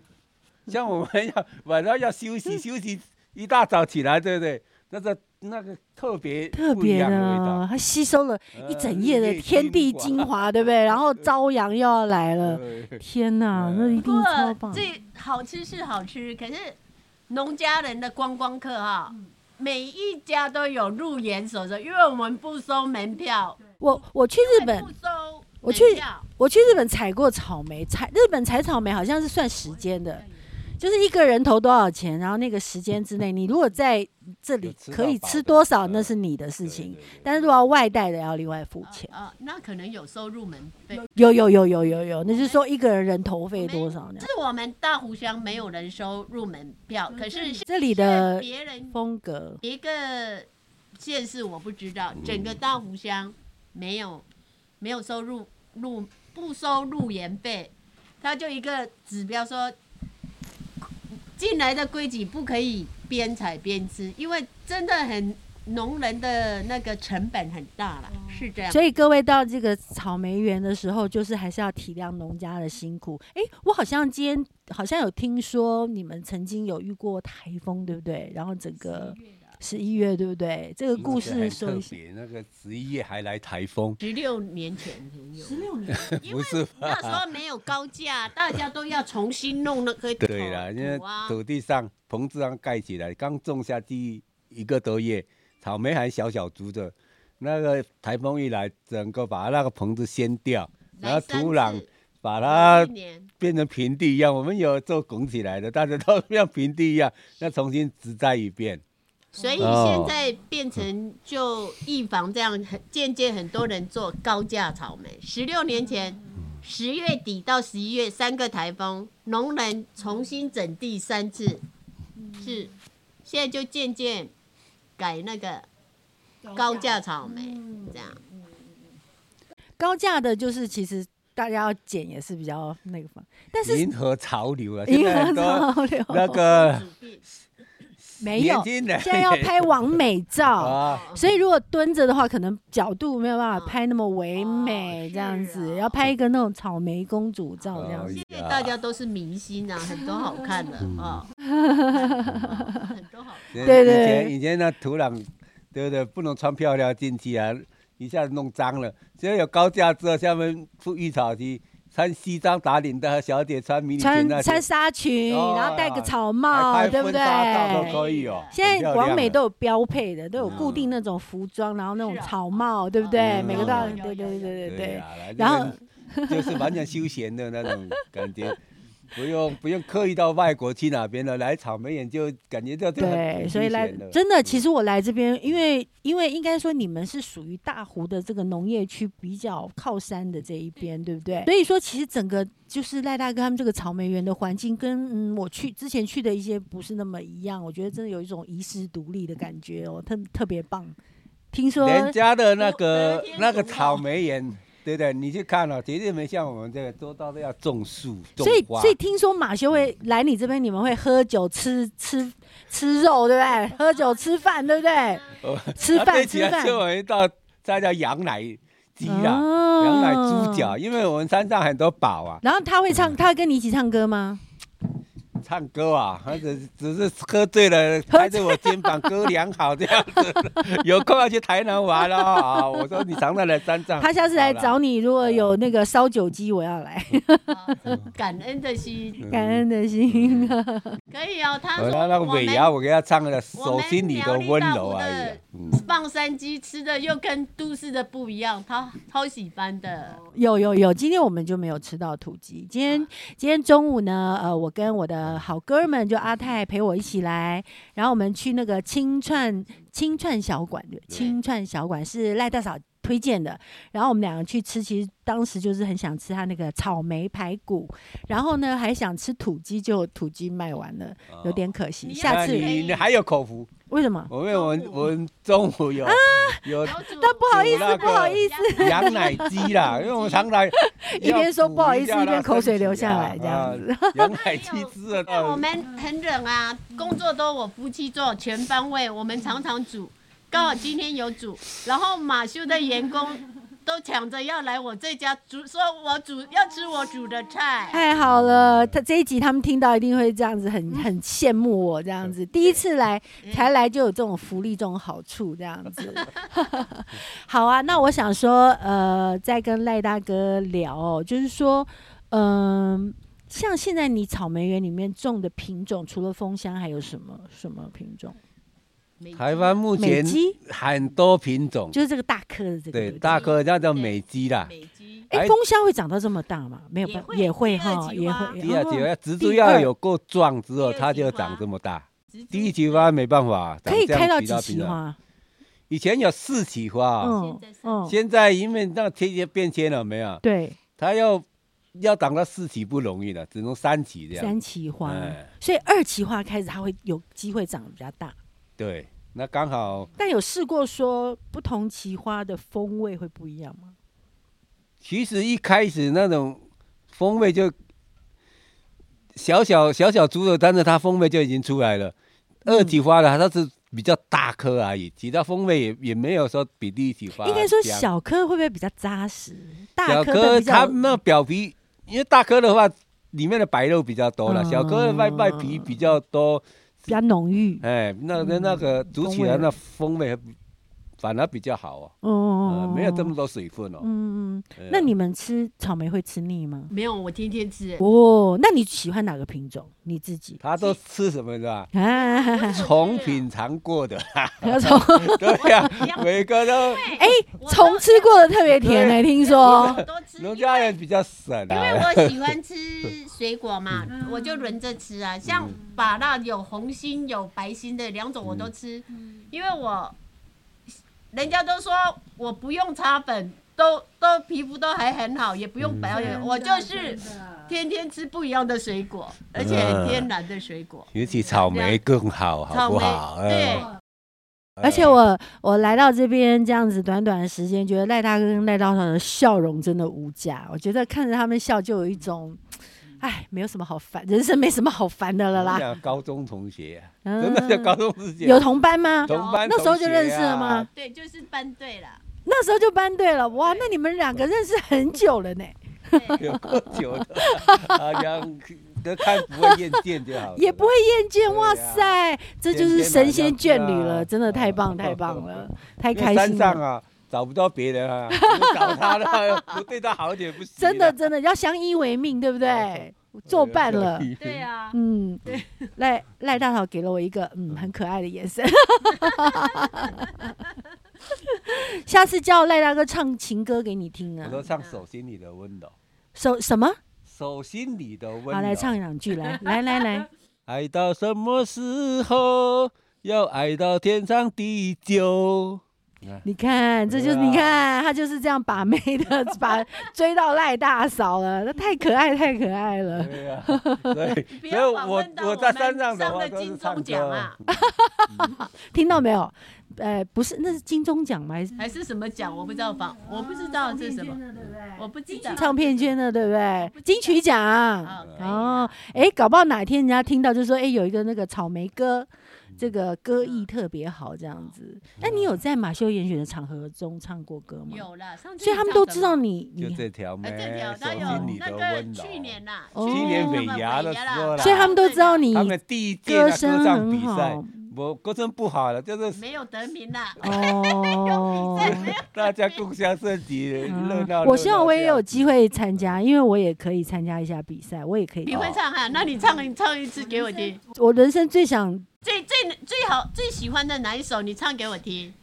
S2: 像我们要晚上要 休息休息，一大早起来，对不对？那个那个特别
S1: 特
S2: 不一
S1: 别
S2: 样
S1: 的
S2: 的味道
S1: 哦，，它吸收了
S2: 呃
S1: 一整夜的天地精，华，对不对？然后朝阳又要来了，
S2: 日月精华
S1: 天
S2: 嗯
S1: 哪，那一
S3: 不
S1: 定超
S3: 过
S1: 棒。
S3: 这好吃是好吃，可是农家人的观光客哈、
S1: 嗯
S3: 每一家都有入园手册，因为我们不收门票，
S1: 我我去日本
S3: 不，收
S1: 我
S3: 门
S1: 去
S3: 票，呃
S1: 我去日本采过草莓，采日本采草莓好像是算时间的，就是一个人头多少钱，然后那个时间之内，你如果在这里
S2: 有吃到
S1: 可以
S2: 饱
S1: 吃
S2: 的
S1: 多少，
S2: 嗯
S1: 那是你的事
S2: 对
S1: 情
S2: 对。对
S1: 但是如果要外带的，要另外付钱。
S3: 啊、那可能有收入门费。
S1: 有有有有有有，那就是说一个人人头费多少呢
S3: 是？我们大湖乡没有人收入门票，可是
S1: 这里的
S3: 别人
S1: 风格
S3: 一个县市我不知道，整个大湖乡没有没有收入入不收入园费，他就一个指标说，进来的规矩不可以边采边吃，因为真的很农人的那个成本很大了，是这样。
S1: 所以各位到这个草莓园的时候，就是还是要体谅农家的辛苦。诶，我好像今天好像有听说你们曾经有遇过台风，对不对？然后整个十一月，对不对？这个故事说一
S2: 很特
S1: 下。
S2: 别，那个十一月还来台风，
S3: 十六年前朋 友，
S1: 六年，
S3: 因
S2: 不
S3: 为
S2: 是
S3: 那时候没有高架，大家都要重新弄那个土
S2: 对啦，因为
S3: 土啊，
S2: 哦土地上棚子上盖起来，刚种下第一个多月，草莓还小小株的，那个台风一来，整个把那个棚子掀掉，然后
S3: 来三
S2: 土壤
S3: 次
S2: 把它
S3: 一年
S2: 变成平地一样。我们有做拱起来的，但是都像平地一样，要重新植栽一遍。
S3: 所以
S2: 哦
S3: 现在变成就预防这样，很渐渐很多人做高价草莓。十六年前，十月底到十一月三个台风，农人重新整地三次，是现在就渐渐改那个高价草莓这样。
S1: 高价的，就是其实大家要剪也是比较那个方，但是
S2: 迎合潮流啊，现
S1: 迎
S2: 在
S1: 合
S2: 很多
S1: 潮流
S2: 那个
S3: 主病
S1: 没有
S2: 年，轻人
S1: 现在 要拍完美照。
S2: 啊，
S1: 所以如果蹲着的话，可能角度没有办法
S3: 嗯
S1: 拍那么唯美，
S3: 哦
S1: 这样
S3: 是
S1: 子、
S3: 哦
S1: 要拍一个那种草莓公主照这样子。
S3: 现在大家都是明星啊，很多好看的
S2: 嗯
S3: 哦，很多好
S2: 对
S3: 看。
S1: 对对
S2: 以前以前那土壤，对不对？不能穿漂亮进去啊，一下子弄脏了。现在有高架之后，下面铺浴草区，穿西装打领带，小姐穿
S3: 哦
S2: 迷你裙
S1: 穿
S2: 那些啊
S1: 穿纱裙，
S2: 哦
S1: 然后戴个草
S2: 还
S1: 帽，
S2: 拍
S1: 对不
S2: 婚纱照都
S1: 对？
S2: 可以哦。
S1: 现在
S2: 完
S1: 完美都有标配的，都有固定
S2: 嗯
S1: 那种服装，然后那种
S3: 是啊哦
S1: 草帽，对不对？
S2: 嗯
S1: 每个都要，
S3: 有有
S1: 对对对
S3: 有
S1: 对对
S2: 对
S1: 对。
S2: 啊，
S1: 然后
S2: 来这边就是 完全休闲的那种感觉。不用不用刻意到外国去哪边了，来草莓园就感觉到这个
S1: 对，
S2: 很
S1: 所以
S2: 休
S1: 来
S2: 闲的嗯
S1: 真的，其实我来这边，因为因为应该说你们是属于大湖的这个农业区比较靠山的这一边，对不对？所以说，其实整个就是赖大哥他们这个草莓园的环境跟，嗯我去之前去的一些不是那么一样，我觉得真的有一种遗世独立的感觉哦，特特别棒。听说
S2: 人家的那
S3: 我
S2: 个
S3: 得天
S2: 那个
S3: 独厚
S2: 草莓园，对不对？你去看了、绝对没像我们这个多到都要种树种
S1: 所以，
S2: 花。嗯
S1: 所以听说马修会来你这边，你们会喝酒、吃吃吃肉，对不对？喝酒、吃饭，对不对？
S2: 哦
S1: 吃
S2: 啊
S1: 饭
S2: 对起
S1: 吃
S2: 来
S1: 饭
S2: 吃，我一道菜叫羊奶鸡啊，
S1: 哦
S2: 羊奶猪脚，因为我们山上很多宝啊，
S1: 然后他会唱，他会跟你一起唱歌吗？
S2: 唱歌啊，他只只是喝醉了，拍着我肩膀，哥俩好这样子。 有空要去台南玩了啊！我说你常常来山上，
S1: 他下次来找
S2: 你，
S1: 你，如果有那个烧酒鸡，我要来。
S3: 感恩的心，
S1: 感恩的心，
S3: 可以哦。他
S2: 我
S3: 说
S2: 嗯那那个
S3: 我
S2: 尾
S3: 们
S2: 牙，我给他唱的
S3: 我
S2: 手
S3: 们
S2: 心里
S3: 苗
S2: 的
S3: 栗
S2: 温
S3: 大
S2: 柔
S3: 湖
S2: 而已
S3: 的
S2: 啊。嗯
S3: 放山鸡吃的又跟都市的不一样，超超喜欢的。
S1: 有有有，今天我们就没有吃到土鸡。今天今天中午呢，呃，我跟我的好哥们就阿泰陪我一起来，然后我们去那个青串青串小馆，对青串小馆是赖大嫂推荐的，然后我们两个去吃，其实当时就是很想吃他那个草莓排骨，然后呢还想吃土鸡，就土鸡卖完了，有点可惜。
S3: 你要
S1: 下
S2: 那
S1: 次
S3: 可以
S2: 哦你你还有口福，
S1: 为什么？
S2: 我们我们
S3: 中午
S2: 我们中午有
S1: 啊
S2: 有
S1: 但不好意
S2: 那
S1: 思，
S2: 个
S1: 不好意思。
S3: 思
S2: 羊奶鸡啦，因为我们常来
S1: 一边说不好意思
S2: 要补
S1: 一边口水流下来
S2: 一下啦
S1: 这样
S2: 啊羊奶鸡啊吃了
S3: 那
S2: 到
S3: 我
S2: 底，
S3: 们很冷啊，工作都我夫妻做全方位，我们常常煮，刚好今天有煮，然后马修的员工都抢着要来我这家煮，说我煮要吃我煮的菜，
S1: 太好了，他这一集他们听到一定会这样子
S3: 嗯
S1: 很很羡慕我这样子，第一次来才来就有这种福利这种好处这样子。 好啊，那我想说，呃，再跟赖大哥聊、哦，就是说，嗯、像现在你草莓园里面种的品种，除了枫香，还有什么什么品种？
S3: 没
S2: 台湾目
S1: 美
S2: 前
S1: 姬，
S2: 很多品种，
S1: 就是这个大颗的这个。
S2: 对
S1: 不
S2: 大哥叫叫美鸡啦，
S3: 美肌
S1: 哎，
S2: 哎
S1: 枫香会长到这么大吗？没有办法，也
S3: 也
S1: 会
S3: 会
S1: 哈，
S3: 第
S1: 也
S3: 二级花
S1: 会。
S2: 第二
S1: 哦
S2: 要植
S1: 第
S2: 株要
S1: 二
S2: 有够壮之后，
S3: 第二
S2: 它
S3: 菊
S2: 就
S3: 花
S2: 长这么大。
S3: 直
S2: 第一
S3: 接
S2: 期花没办法，长
S1: 可以
S2: 这样
S1: 开到
S2: 比
S1: 几
S2: 较
S1: 期
S2: 平常？
S1: 花？
S2: 以前有四期花啊，
S1: 嗯
S3: 现在是
S1: 嗯，
S2: 现在因为那个天气变迁了，没有，
S1: 对，
S2: 它要要长到四期不容易了，只能三期这样。
S1: 三期花
S2: 哎，
S1: 所以二期花开始它会有机会长得比较大。
S2: 对，那刚好
S1: 但有试过说不同期花的风味会不一样吗？
S2: 其实一开始那种风味就小小小小猪肉，但是它风味就已经出来了。二级花的它是比较大颗而已，其他风味也也没有说比第一级花
S1: 应该说
S2: 香
S1: 小颗会不会比较扎实？大
S2: 小
S1: 颗的
S2: 颗
S1: 比较
S2: 它那表皮，因为大颗的话里面的白肉比较多了，
S1: 嗯
S2: 小颗的外外皮比较多，
S1: 比较浓郁。
S2: 哎，那个那个煮起来
S1: 风味
S2: 那风味还比反而比较好哦，
S1: 哦哦
S2: 呃，没有这么
S1: 哦
S2: 多水分哦。
S1: 嗯嗯
S2: 哎
S1: 嗯
S2: 呀。
S1: 那你们吃草莓会吃腻吗？
S3: 没有，我天天吃。
S1: 哦，那你喜欢哪个品种？你自己
S2: 他都吃什么的？
S1: 啊？
S2: 从品尝过的，啊
S1: 从
S2: 对呀、每个都
S1: 哎，虫吃过的特别甜呢，听说
S3: 我都吃，因
S2: 农
S3: 为
S2: 家人比较省
S3: 因为
S2: 啊。
S3: 我喜欢吃水果嘛，
S2: 嗯
S1: 嗯
S3: 我就轮着吃啊。像把那有红心有白心的两种我都吃，
S1: 嗯
S3: 因为我人家都说我不用擦粉，都都皮肤都还很好，也不
S2: 嗯
S3: 用保养，我就是天天吃不一样的水果，而且
S2: 嗯
S3: 天然的水果，
S2: 尤其草
S1: 啊
S2: 莓更好，好
S3: 草
S2: 不
S3: 莓
S2: 好？
S3: 对
S2: 嗯，
S1: 而
S2: 哎
S1: 且我我来到这边这样子短短的时间，觉得赖大哥跟赖大嫂的笑容真的无价。我觉得看着他们笑，就有一种，哎，没有什么好烦，人生没什么好烦的了
S2: 我们
S1: 啦。
S2: 俩高中同学啊，
S1: 嗯
S2: 哎真的是高中同学，啊
S1: 有同班吗？
S2: 同班
S1: 那时候就
S2: 同学
S1: 认识了吗
S2: 啊？
S3: 对，就是班 对了。
S1: 那时候就班对了，哇，那你们两个认识很久了呢，
S3: 对
S2: 有够久的，好像都看不会厌倦就好了，
S1: 也不会厌倦。
S2: 对啊
S1: 哇塞，这就是神仙眷侣了，真的太棒太棒 了，太
S2: 嗯因为
S1: 开
S2: 山
S1: 心
S2: 上
S1: 了。
S2: 啊，找不到别人啊，你找他了， 不对他好一点不行啊。呃
S1: 真的真的要相依为命，对不
S2: 哎
S1: 对？作伴 了，
S3: 对啊，
S1: 嗯，赖赖大嫂给了我一个嗯很可爱的眼神， 下次叫赖大哥唱情歌给你
S3: 嗯
S1: 听
S2: 我
S1: 啊，
S2: 都唱手心里的温柔，
S1: 手什么？
S2: 手心里的温柔。
S1: 好，来唱两句， 来来来来，
S2: 爱到什么时候？要爱到天长地久。
S1: 你看，这就是
S2: 对啊
S1: 你看，他就是这样把妹的， 把追到赖大嫂了，那太可爱太可爱了。
S2: 对 呀、啊，所以所
S3: 不
S2: 以
S3: 要
S2: 我
S3: 访问到
S2: 我
S3: 我
S2: 在
S3: 们
S2: 山上的
S3: 上
S2: 话
S3: 了
S2: 都是
S3: 金
S2: 唱
S3: 钟
S2: 歌
S3: 奖啊，
S1: 听到没有？呃，不是，那是金钟奖吗？还是
S3: 还是什么奖？我不知道吧，我不知道是什么，我不知道。
S1: 唱片圈的，对不对？金曲奖。
S3: 啊可以
S1: 哦
S3: 啦，
S1: 哎，搞不好哪天人家听到就说，哎，有一个那个草莓歌，
S2: 嗯
S1: 这个歌艺特别好，这样子。那你有在马修严选的场合中唱过歌吗？
S3: 有了，上次
S1: 所以他们
S3: 你
S1: 都
S3: 唱
S1: 知
S3: 什
S1: 道。
S3: 么
S1: 你，
S2: 就
S1: 你，
S2: 这 条
S3: 哎，
S2: 妹，
S3: 这条
S2: 手
S3: 他
S2: 心
S3: 有
S2: 里
S3: 那
S2: 的
S3: 个
S2: 温柔。
S3: 去年呐，
S1: 哦
S3: 去
S1: 今
S3: 年
S1: 年
S3: 我
S1: 尾
S3: 们
S2: 牙
S3: 尾
S2: 的时候啦
S3: 啦
S1: 所以他们都知道你
S2: 他们第一届
S1: 歌
S2: 的歌
S1: 声
S2: 唱比
S1: 很
S2: 赛
S1: 好，。
S2: 我歌声不好了，就是
S3: 没有得名啦。
S1: 哦
S3: 再没有
S2: 大家共享自己 热闹。
S1: 啊我希望我也有
S2: 会。
S1: 机会参加，因为我也可以参加一下比赛，我也可以
S3: 你。会唱啊？那你唱你唱一次给我听。
S1: 我人生最想，
S3: 最最最好最喜欢的哪一首？你唱给 我听。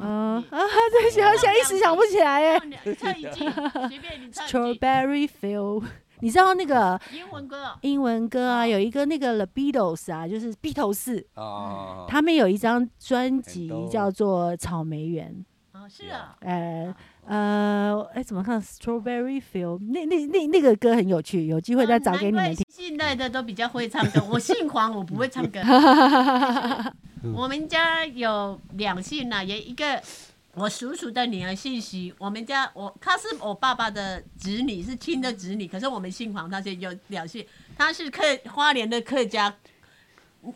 S1: 嗯啊， 对，想想一时想不起来哎。
S3: 唱一句，随便你唱一句。
S1: Strawberry Field，你知道那个
S3: 英文歌哦，
S1: 英文歌啊，
S3: 哦
S1: 有一个那个 The Beatles 啊，就是披头士，
S2: 哦，
S1: 他们有一张专辑
S2: 很多
S1: 叫做《草莓园
S3: 哦是啊，》，
S1: 呃呃，哎，怎么看 Strawberry Field？那那那那个歌很有趣，有机会
S2: 哦
S1: 再找给你们听。。
S3: 嗯现在的都比较会唱歌，我姓黄，我不会 唱歌。
S2: 嗯
S3: 我们家有两姓呐、也一个我叔叔的女儿姓徐，我们家我她是我爸爸的侄女，是亲的侄女，可是我们姓黄，她就有呃两姓，她是客花莲的客家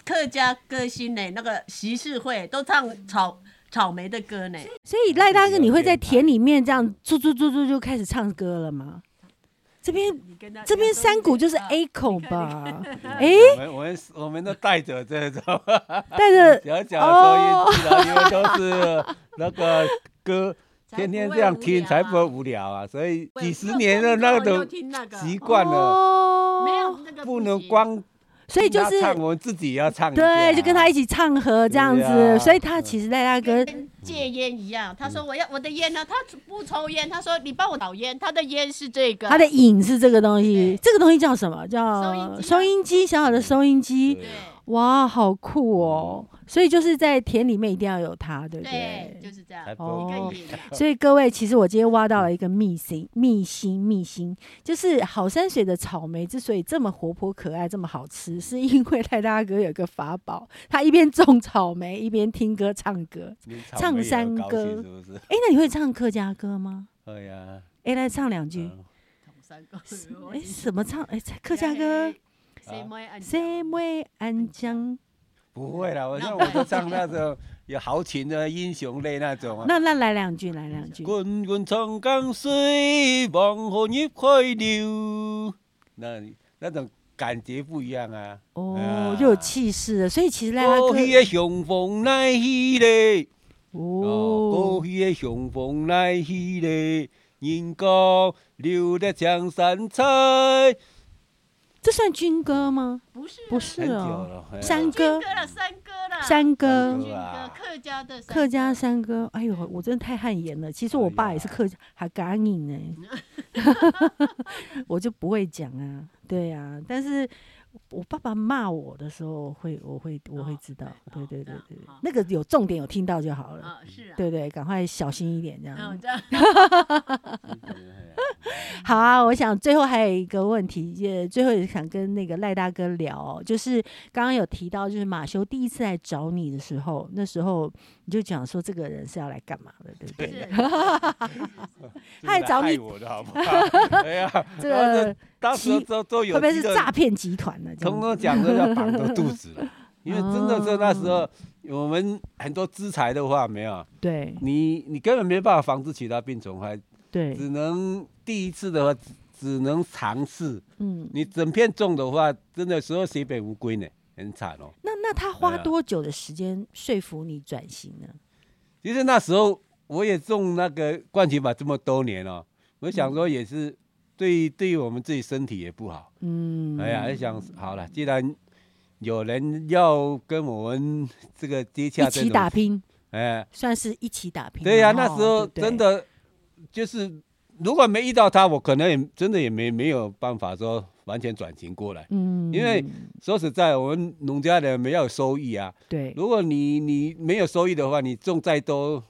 S3: 客家歌星呢，那个徐世慧都唱草草莓的歌呢。
S1: 所以赖大哥，
S2: 有
S1: 你会在
S2: 编排
S1: 田里面这样做做做做就开始唱歌了吗？这边
S3: 你跟她
S1: 这边山谷就是
S3: 啊
S2: 哎
S1: A 口吧？ 哎，
S2: 啊我们我们我们都带着这种
S1: 带着
S2: 小小收音机了，因为都是那个歌，
S3: 才
S2: 天天
S3: 不
S2: 这
S3: 会
S2: 样
S3: 无
S2: 听
S3: 聊
S2: 才
S3: 啊
S2: 不会无聊啊。所以
S3: 我有
S2: 几
S3: 时
S2: 十
S3: 候
S2: 年的
S3: 工作
S2: 那
S3: 就
S2: 种
S3: 啊听那个
S2: 习惯了，
S1: 哦，
S3: 没有那个
S2: 不能
S3: 行
S2: 光
S1: 所以
S2: 听
S1: 就
S2: 他
S1: 是
S2: 唱，我们自己也要唱一下
S1: 对，就跟他一起唱和这样子，
S2: 对啊
S1: 所以他其实赖大哥
S3: 跟戒烟一样，他说我要我的烟呢，他不抽烟，他说你帮我倒烟，他的烟是这个，
S1: 他的瘾是这个东西
S3: 对，
S1: 这个东西叫什么？
S3: 收音
S1: 叫
S3: 机啊
S1: 啊收音机，小小的收音机。
S3: 对
S1: 哇，好酷哦！所以就是在田里面一定要有它，对不
S3: 对，就
S1: 对？
S3: 是这样
S2: 才，
S1: 哦
S2: 不
S3: 一
S2: 会
S3: 个
S2: 无
S3: 瘾啊。
S1: 所以各位，其实我今天挖到了一个秘辛，秘辛，秘辛，就是好山水的草莓之所以这么活泼可爱，这么好 吃，是因为赖大哥有个法宝，他一边种草莓， 一边听歌唱歌。
S2: 连草
S1: 唱
S2: 莓也
S1: 山
S2: 很高
S1: 歌
S2: 兴是不是？
S1: 哎，那你会唱客家歌吗？
S2: 对呀，
S1: 哎，来唱两句。
S2: 嗯
S1: 哎，什么唱？哎，客家歌。
S3: 谁没按照
S1: 谁为安江？
S2: 不会啦，我
S3: 那
S2: 像
S3: 不
S2: 我
S3: 然
S2: 就唱那种有豪情的英雄类那种啊。
S1: 那那来两句，来两句。
S2: 滚滚长江水，望河入海流。那那种感觉不一样啊。
S1: 哦
S2: 啊，
S1: 就有气势了。所以其实赖大
S2: 过
S1: 哥，
S2: 去的雄风来去嘞，
S1: 哦
S2: 哦，，高飞的雄风来起嘞，人高流的江山菜。
S1: 这算军歌吗？
S3: 不是啊
S1: 不是
S2: 很久
S1: 哦，
S2: 了，哎呀
S1: 山
S3: 军
S1: 歌、
S3: 歌了，山歌了，
S1: 山
S2: 山
S1: 歌、
S3: 军
S2: 歌
S3: 歌
S2: 啊，
S3: 客家的山歌
S1: 客家山歌。哎呦，我真的太汗颜了。其实我爸也是
S2: 哎呀
S1: 客家，还敢瘾呢， 我就不会讲啊。对啊，但是我爸爸骂我的时候，会我会我会
S3: 哦
S1: 知道
S3: 哎。
S1: 对
S3: 哦
S1: 对
S3: 这
S1: 对
S3: 样
S1: 对
S3: 好，
S1: 那个有重点有听到就好了。
S3: 啊，是啊，
S1: 对对，赶快小心一点这
S3: 嗯，
S1: 样。
S3: 这样
S2: 啊
S1: 好啊，我想最后还有一个问题，也最后也想跟那个赖大哥聊哦、就是刚刚有提到，就是马修第一次来找你的时候，那时候你就讲说这个人是要来干嘛的，对不对？
S3: 是
S1: 他还找你
S2: 这个来害我的好不好？ 哎呀，
S1: 这
S2: 然后
S1: 个
S2: 当时都都
S1: 会
S2: 有
S1: 不会是
S2: 这个
S1: 诈骗哦集团呢？这
S2: 通
S1: 样子
S2: 通讲都要绑着肚子了， 因为真的是那时候我们很多资财的话没有，
S1: 对
S2: 你你根本没办法防治其他病虫害，
S1: 对，
S2: 只能第一次的话只只能尝试，
S1: 嗯，
S2: 你整片种的话，真的时候血本无归呢，很惨哦。
S1: 那那他花
S2: 对啊
S1: 多久的时间说服你转型呢？
S2: 其实那时候我也种那个冠群法这么多年哦，我想说也是对对于我们自己身体也不好。
S1: 嗯，
S2: 哎呀，就想好了，既然有人要跟我们这个接洽
S1: 一
S2: 这
S1: 起
S2: 种，
S1: 打拼，
S2: 哎，
S1: 算是一起打拼了哦。
S2: 对呀、那时
S1: 对
S2: 候
S1: 不对
S2: 真的就是如果没遇到他，我可能也真的也没没有办法说完全转型过来。
S1: 嗯，
S2: 因为说实在，我们农家人没有收益啊。
S1: 对
S2: 如果你你没有收益的话，你种再多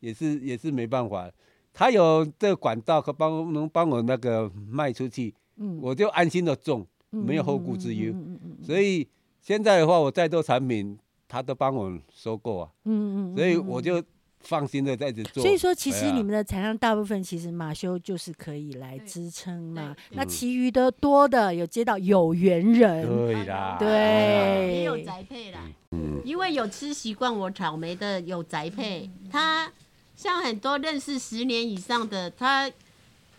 S2: 也是也是没办法。他有这个管道可帮能帮我那个卖出去，
S1: 嗯
S2: 我就安心的种。
S1: 嗯
S2: 没有
S1: 嗯
S2: 后
S1: 嗯
S2: 顾之
S1: 嗯
S2: 忧
S1: 嗯嗯嗯嗯
S2: 所以现在的话，我再多产品，他都帮我收购啊，
S1: 嗯嗯，
S2: 所以
S1: 嗯
S2: 我
S1: 嗯
S2: 就放心的在这做。
S1: 所以说，其
S2: 哎
S1: 实
S2: 呀
S1: 你们的产量大部分其实马修就是可以来
S3: 对
S1: 支撑嘛。
S3: 对
S1: 那
S2: 嗯
S1: 其余的多的有接到有缘人，
S2: 对啦，
S1: 对
S2: 哎呀
S3: 也有宅配啦，
S2: 嗯，
S3: 因为有吃习惯我草莓的有宅配，他像很多认识十年以上的，他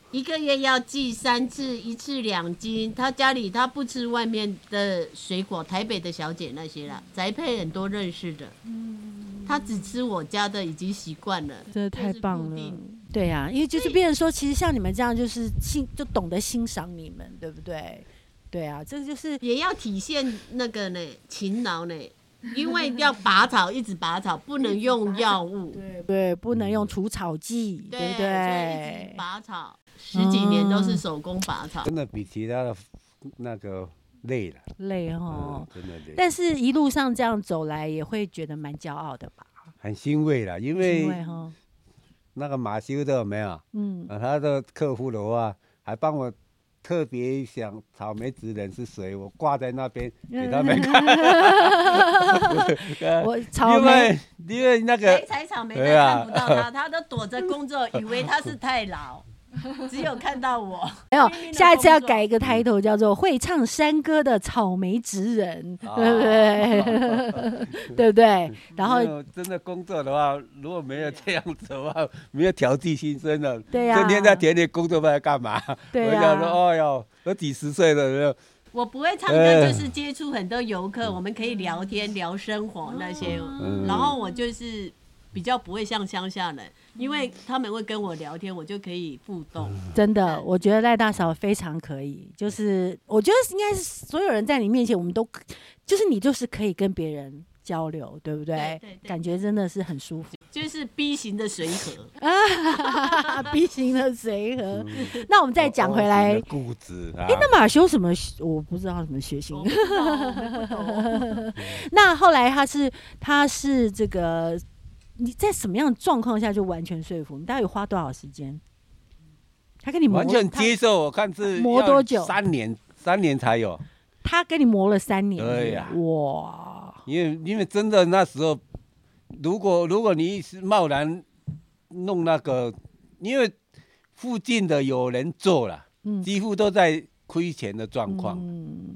S3: 一个月要寄三次，一次两斤。他家里他不吃外面的水果，台北的小姐那些啦，宅配很多认识的，他只吃我家的，已经习惯了。
S1: 真的太
S3: 就是固
S1: 棒了
S3: 定。
S1: 对呀、因为就是
S3: 所以
S1: 别人说，其实像你们这样，就是欣就懂得欣赏你们，对不对？对啊，这个就是
S3: 也要体现那个呢勤劳呢，因为要拔草，一直拔草，不能用药物，
S1: 对对，不能
S2: 嗯
S1: 用除草剂，对不
S3: 所以一
S1: 对嗯
S3: 直？拔草，十几年都是手工拔草，
S2: 真的比其他的那个累了，
S1: 累
S2: 嗯
S1: 哦，，
S2: 真的累，
S1: 但是一路上这样走来，也会觉得蛮骄傲的吧？
S2: 很欣慰了，因
S1: 因
S2: 为
S1: 为哈，
S2: 那个马修的有没有，
S1: 嗯，
S2: 啊他的客户的话还帮我。特别想草莓职人是谁，我挂在那边
S1: 嗯
S2: 给他们看。
S1: 我草
S2: 呃因
S1: 莓
S2: 为因为那
S3: 谁
S2: 个
S3: 采草莓
S2: 对
S3: 的
S2: 啊
S3: 看不到 他，他都躲着工作，以为他是太老，只有看到我。
S1: 没有
S3: 拼命，地
S1: 下一次要
S3: 工作
S1: 改一个 title，叫做“会唱山歌的草莓职人”，
S2: 啊
S1: 对不对？对不对？然后
S2: 没
S3: 嗯
S2: 有嗯真的工作的话，如果没有这样子的话，没有调剂心声了。
S1: 对呀
S2: 整天在田里工作，不知道干嘛。
S1: 对
S2: 我想
S1: 呀
S2: 说，哦哟，都几十岁了，没有
S3: 我不会唱
S1: 嗯
S3: 歌，就是接触很多游客，我们可以聊天、聊生活那些。
S2: 嗯
S3: 然后我就是比较不会像乡下人，因为他们会跟我聊天，我就可以互动。
S1: 真的，我觉得赖大嫂非常可以，就是我觉得应该是所有人在你面前，我们都就是你就是可以跟别人交流，对不对
S3: 对对？对
S1: 感觉真的是很舒服。
S3: 就是 B 型的随和，
S1: B 型的随和，那我们再讲回来
S2: 我我，固执啊
S1: 哎，，那马修什么学？我不知道什么血型
S3: 我不。知道，我们不懂。
S1: 那后来他是他是这个，你在什么样的状况下就完全说服你？大概有花多少时间？他跟你磨
S2: 完全
S1: 他
S2: 接受。我看是
S1: 磨
S2: 要
S1: 多久
S2: 三年，三年才有。
S1: 他跟你磨了三年，
S2: 对呀
S1: 哇，
S2: 因为因为真的那时候，如果如果你是贸然弄那个，因为附近的有人做了，
S1: 嗯
S2: 几乎都在亏钱的状况。
S1: 嗯，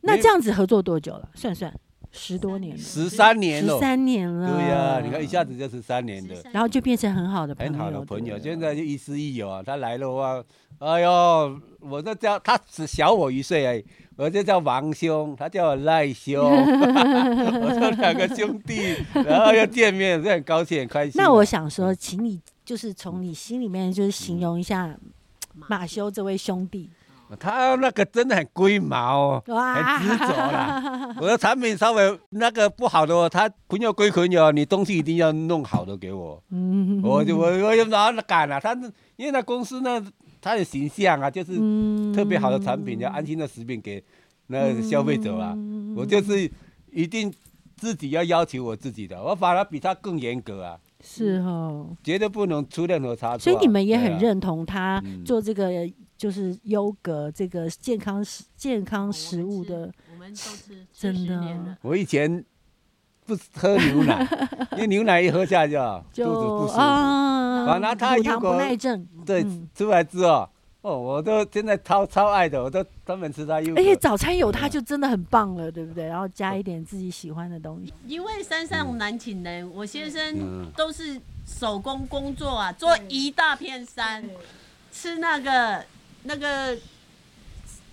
S2: 没
S1: 那
S2: 有
S1: 这样子合作多久了？算算，
S4: 十多年了，
S2: 十三年
S1: 十
S2: 了，
S1: 三啊年了，
S2: 对呀、你看一下子就十三年了。
S1: 然后就变成很好的朋友，
S2: 很好的朋友，
S1: 对
S2: 现在就亦师亦友啊。他来的话，哎呦，我就叫他只小我一岁而已，我就叫王兄，他叫我赖 兄，我说两个兄弟，然后又见面，就很高兴，很开心啊。
S1: 那我想说，请你就是
S2: 嗯
S1: 从你心里面就是形容一下马修这位兄弟，
S2: 他那个真的很龟毛、哦。
S1: 哇，
S2: 很执着 啦，我的产品稍微那个不好的哦，他朋友归朋友，哦你东西一定要弄好的给我。
S1: 嗯
S2: 我就我我有哪敢啊？他那因为那公司呢，他的形象啊，就是
S1: 嗯
S2: 特别好的产品，要安心的食品给那个消费者啊。
S1: 嗯
S2: 我就是一定自己要要求我自己的，我反而比他更严格啊，
S1: 是哦，
S2: 绝对不能出任何差错啊、
S1: 所以你们也很
S2: 对啊
S1: 认同他
S2: 嗯
S1: 做这个就是优格这个健康食健康食物的，
S3: 我们吃，我们都吃，
S1: 真的
S3: 70年了
S2: 我以前不喝牛 奶，因为牛奶一喝下去啊，肚
S1: 就
S2: 子不舒服。
S1: 啊
S2: 反而他
S1: 乳
S2: 如
S1: 糖不
S2: 果
S1: 耐症，
S2: 对
S1: 嗯，
S2: 出来之后，哦，我都现在超超爱的，我都专门吃它优格。啊
S1: 而且哎早餐有他就真的很棒了，对不对？然后加一点自己喜欢的东西，
S3: 因为山上难请人，我先生
S2: 嗯
S3: 都是手工工作啊，做一大片山，吃那个那个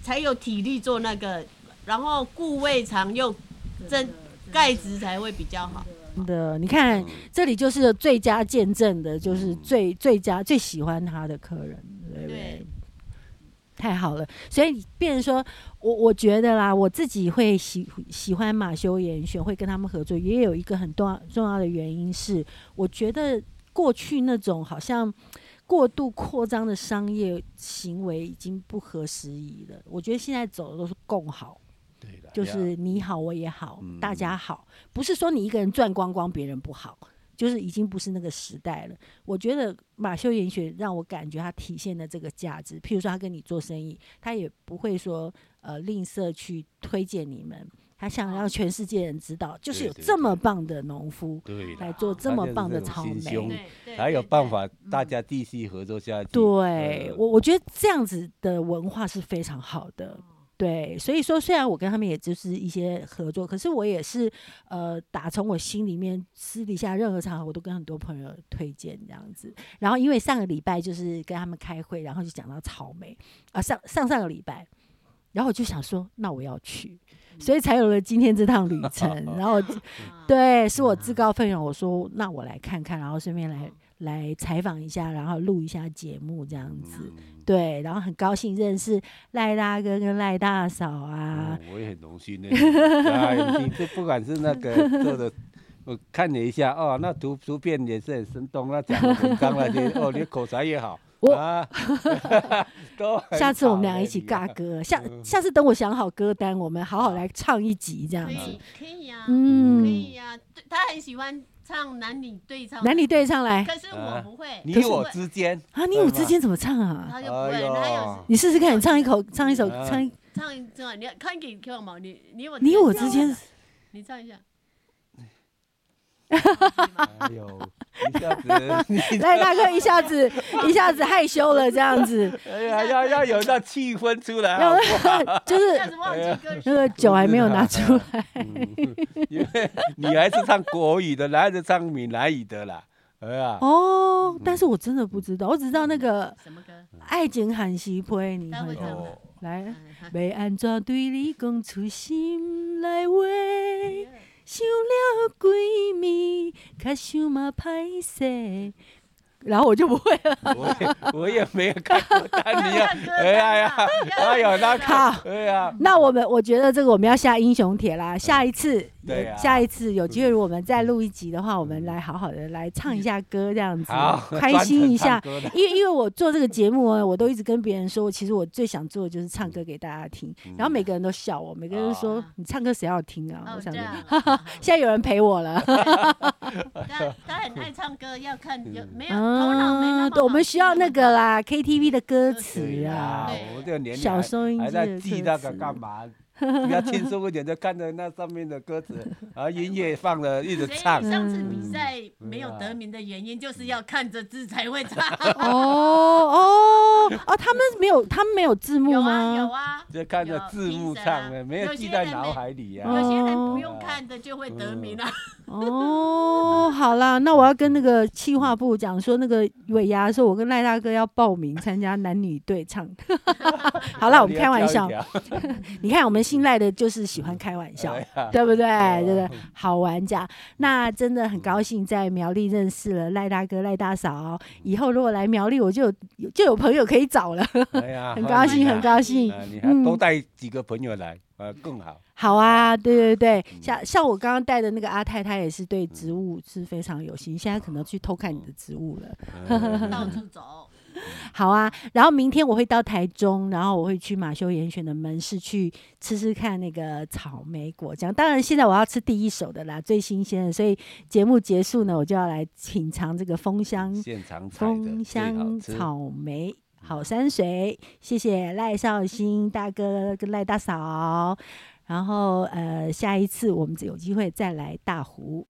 S3: 才有体力做那个，然后固胃肠又正钙质才会比较好。
S1: 真的，你
S2: 嗯
S1: 看这里就是最佳见证的，就是最最佳最喜欢他的客人，对不对
S3: 对？
S1: 太好了，所以变成说，我我觉得啦，我自己会喜喜欢马修严选，会跟他们合作，也有一个很重要重要的原因是，我觉得过去那种好像过度扩张的商业行为已经不合时宜了。我觉得现在走的都是共好，
S2: 对的
S1: 就是你好我也好，
S2: 哎嗯
S1: 大家好，不是说你一个人赚光光，别人不好。就是已经不是那个时代了。我觉得马修严选让我感觉他体现的这个价值，譬如说他跟你做生意，他也不会说呃吝啬去推荐你们，他想让全世界人知道，就是有
S2: 啊对对
S1: 这么
S2: 对
S1: 棒的农夫
S2: 对啦
S1: 来做这么棒的草
S2: 他就是这种心
S1: 莓
S2: 胸。
S3: 对对，
S2: 才有
S3: 对
S2: 办。法大家继续合作下去。
S1: 对
S2: 呃
S1: 我，我觉得这样子的文化是非常好的。对，所以说虽然我跟他们也就是一些合作，可是我也是呃，打从我心里面私底下任何场合我都跟很多朋友推荐这样子。然后因为上个礼拜就是跟他们开会，然后就讲到草莓啊、上上上个礼拜，然后我就想说，那我要去，所以才有了今天这趟旅程。然后
S3: 啊，
S1: 对，是我自告奋勇，我说那我来看看，然后顺便来来采访一下，然后录一下节目这样
S2: 嗯
S1: 子。对，然后很高兴认识赖大哥跟赖大嫂啊
S2: 哦，我也很荣幸呢。 哎，你这不管是那个做的，我看了一下，哦，那图图片也是很生动，那讲的文章那 些，哦，你口才也好
S1: 我
S2: 啊， 都嗯很好
S1: 下次我们俩一起
S2: 你看
S1: 尬歌，下
S2: 嗯
S1: 下次等我想好歌单，我们好好来唱一集这样
S3: 可
S1: 子。
S3: 以可以呀，可
S1: 啊嗯
S3: 以，呀。对他很喜欢唱男女对唱，
S1: 男女，对唱来
S3: 可是我不会，
S2: 啊你
S3: 可是
S2: 我之 间，
S1: 啊，你
S2: 对
S1: 我
S2: 吧
S1: 之间怎么唱啊？
S3: 他就不会，他有
S1: 你试试看，你唱一口，唱一首，
S2: 啊
S1: 唱一
S3: 唱一唱，你看给给我嘛，你你我
S1: 你我之间，
S3: 你唱一下。
S2: 哎呦，一下子，你
S1: 赖大哥一下子一下子害羞了这样子，
S2: 哎呀，要要有那气氛出来
S1: 然
S2: 啊
S1: 后就是
S3: 下次忘记歌
S1: 那个 酒还没有拿出来。
S2: 嗯 因为女孩子唱国语的，男孩子唱闽南语的啦，哎呀，
S1: 哦，但
S2: 嗯
S1: 是我真的不知道，我只知道那个
S3: 什么歌？
S1: 《爱情含西坡》，你
S3: 待会
S1: 会
S3: 唱
S1: 唱
S3: 吧
S1: 吗
S2: 哦
S1: 来，
S3: 嗯
S1: 要安怎对你讲出心内话？想了几暝，较想嘛歹势。然后我就不会了，
S2: 我也我也没有看过，但你要，哎呀呀，哎呦，那
S1: 好，
S2: 哎呀，
S1: 那我们我觉得这个我们要下英雄帖啦，下一次，
S2: 对啊嗯
S1: 下一次有机会如果我们再录一集的话，我们来好好的来唱一下歌，这样子
S2: 好，
S1: 开心一下
S2: 专程唱。歌的
S1: 因为因为我做这个节目啊，我都一直跟别人说，其实我最想做的就是唱歌给大家听，然后每个人都笑我，每个人都说、
S3: 啊
S1: 你唱歌谁要听啊？
S3: 哦，
S1: 我
S3: 这
S1: 想说，
S3: 样。
S1: 现在有人陪我了，
S3: 他他很爱唱歌，要看有没有头脑没那
S1: 嗯，
S3: 么
S1: 对
S3: 好。
S1: 我们需要那个啦，KTV 的歌
S2: 对
S1: 词
S2: 呀
S1: 啊，
S3: 对
S2: 我这个年龄
S1: 小
S2: 还
S1: 收音机
S2: 还
S1: 的
S2: 在
S1: 歌词
S2: 记那个干嘛？比较轻松一点，就看着那上面的歌词，然后音乐放了，一直唱
S4: 所以。你上次比赛没有得名的原因，就是要看着字才会唱。
S1: 哦哦哦，他们没有，他们没有字幕
S4: 有
S1: 吗？
S4: 啊有啊，
S2: 就看着
S4: 有
S2: 字幕
S4: 评审
S2: 唱
S4: 啊
S2: 的，没有
S4: 有
S2: 记
S4: 些
S2: 在
S4: 人
S2: 脑
S4: 没
S2: 海里呀、
S1: 哦
S4: 有些人不用看的就会得名啊。
S1: 哦，好啦，那我要跟那个企划部讲说，那个尾牙说，我跟赖大哥要报名参加男女对唱。 好啦，我们开玩笑，你看我们信赖的就是喜欢开玩
S2: 嗯哎
S1: 笑，对不对？
S2: 啊
S1: 对不对？好玩家，那真的很高兴在苗栗认识了赖大哥、赖大嫂。以后如果来苗栗，我就有有就有朋友可以找了， 很
S2: 很
S1: 高兴，很高兴。
S2: 啊，你还多带几个朋友来，呃，更好。
S1: 好啊，对对对，
S2: 嗯
S1: 像像我刚刚带的那个阿泰，他也是对植物是非常有心，现在可能去偷看你的植物了。
S4: 到
S2: 嗯
S4: 处走，
S1: 好啊，然后明天我会到台中，然后我会去马修严选的门市去吃吃看那个草莓果酱。当然，现在我要吃第一手的啦，最新鲜的，所以节目结束呢，我就要来品尝这个枫香
S2: 现场采
S1: 枫
S2: 的最好
S1: 香
S2: 吃。
S1: 草莓。好山水，谢谢赖绍兴大哥跟赖大嫂。然后呃，下一次我们有机会再来大湖。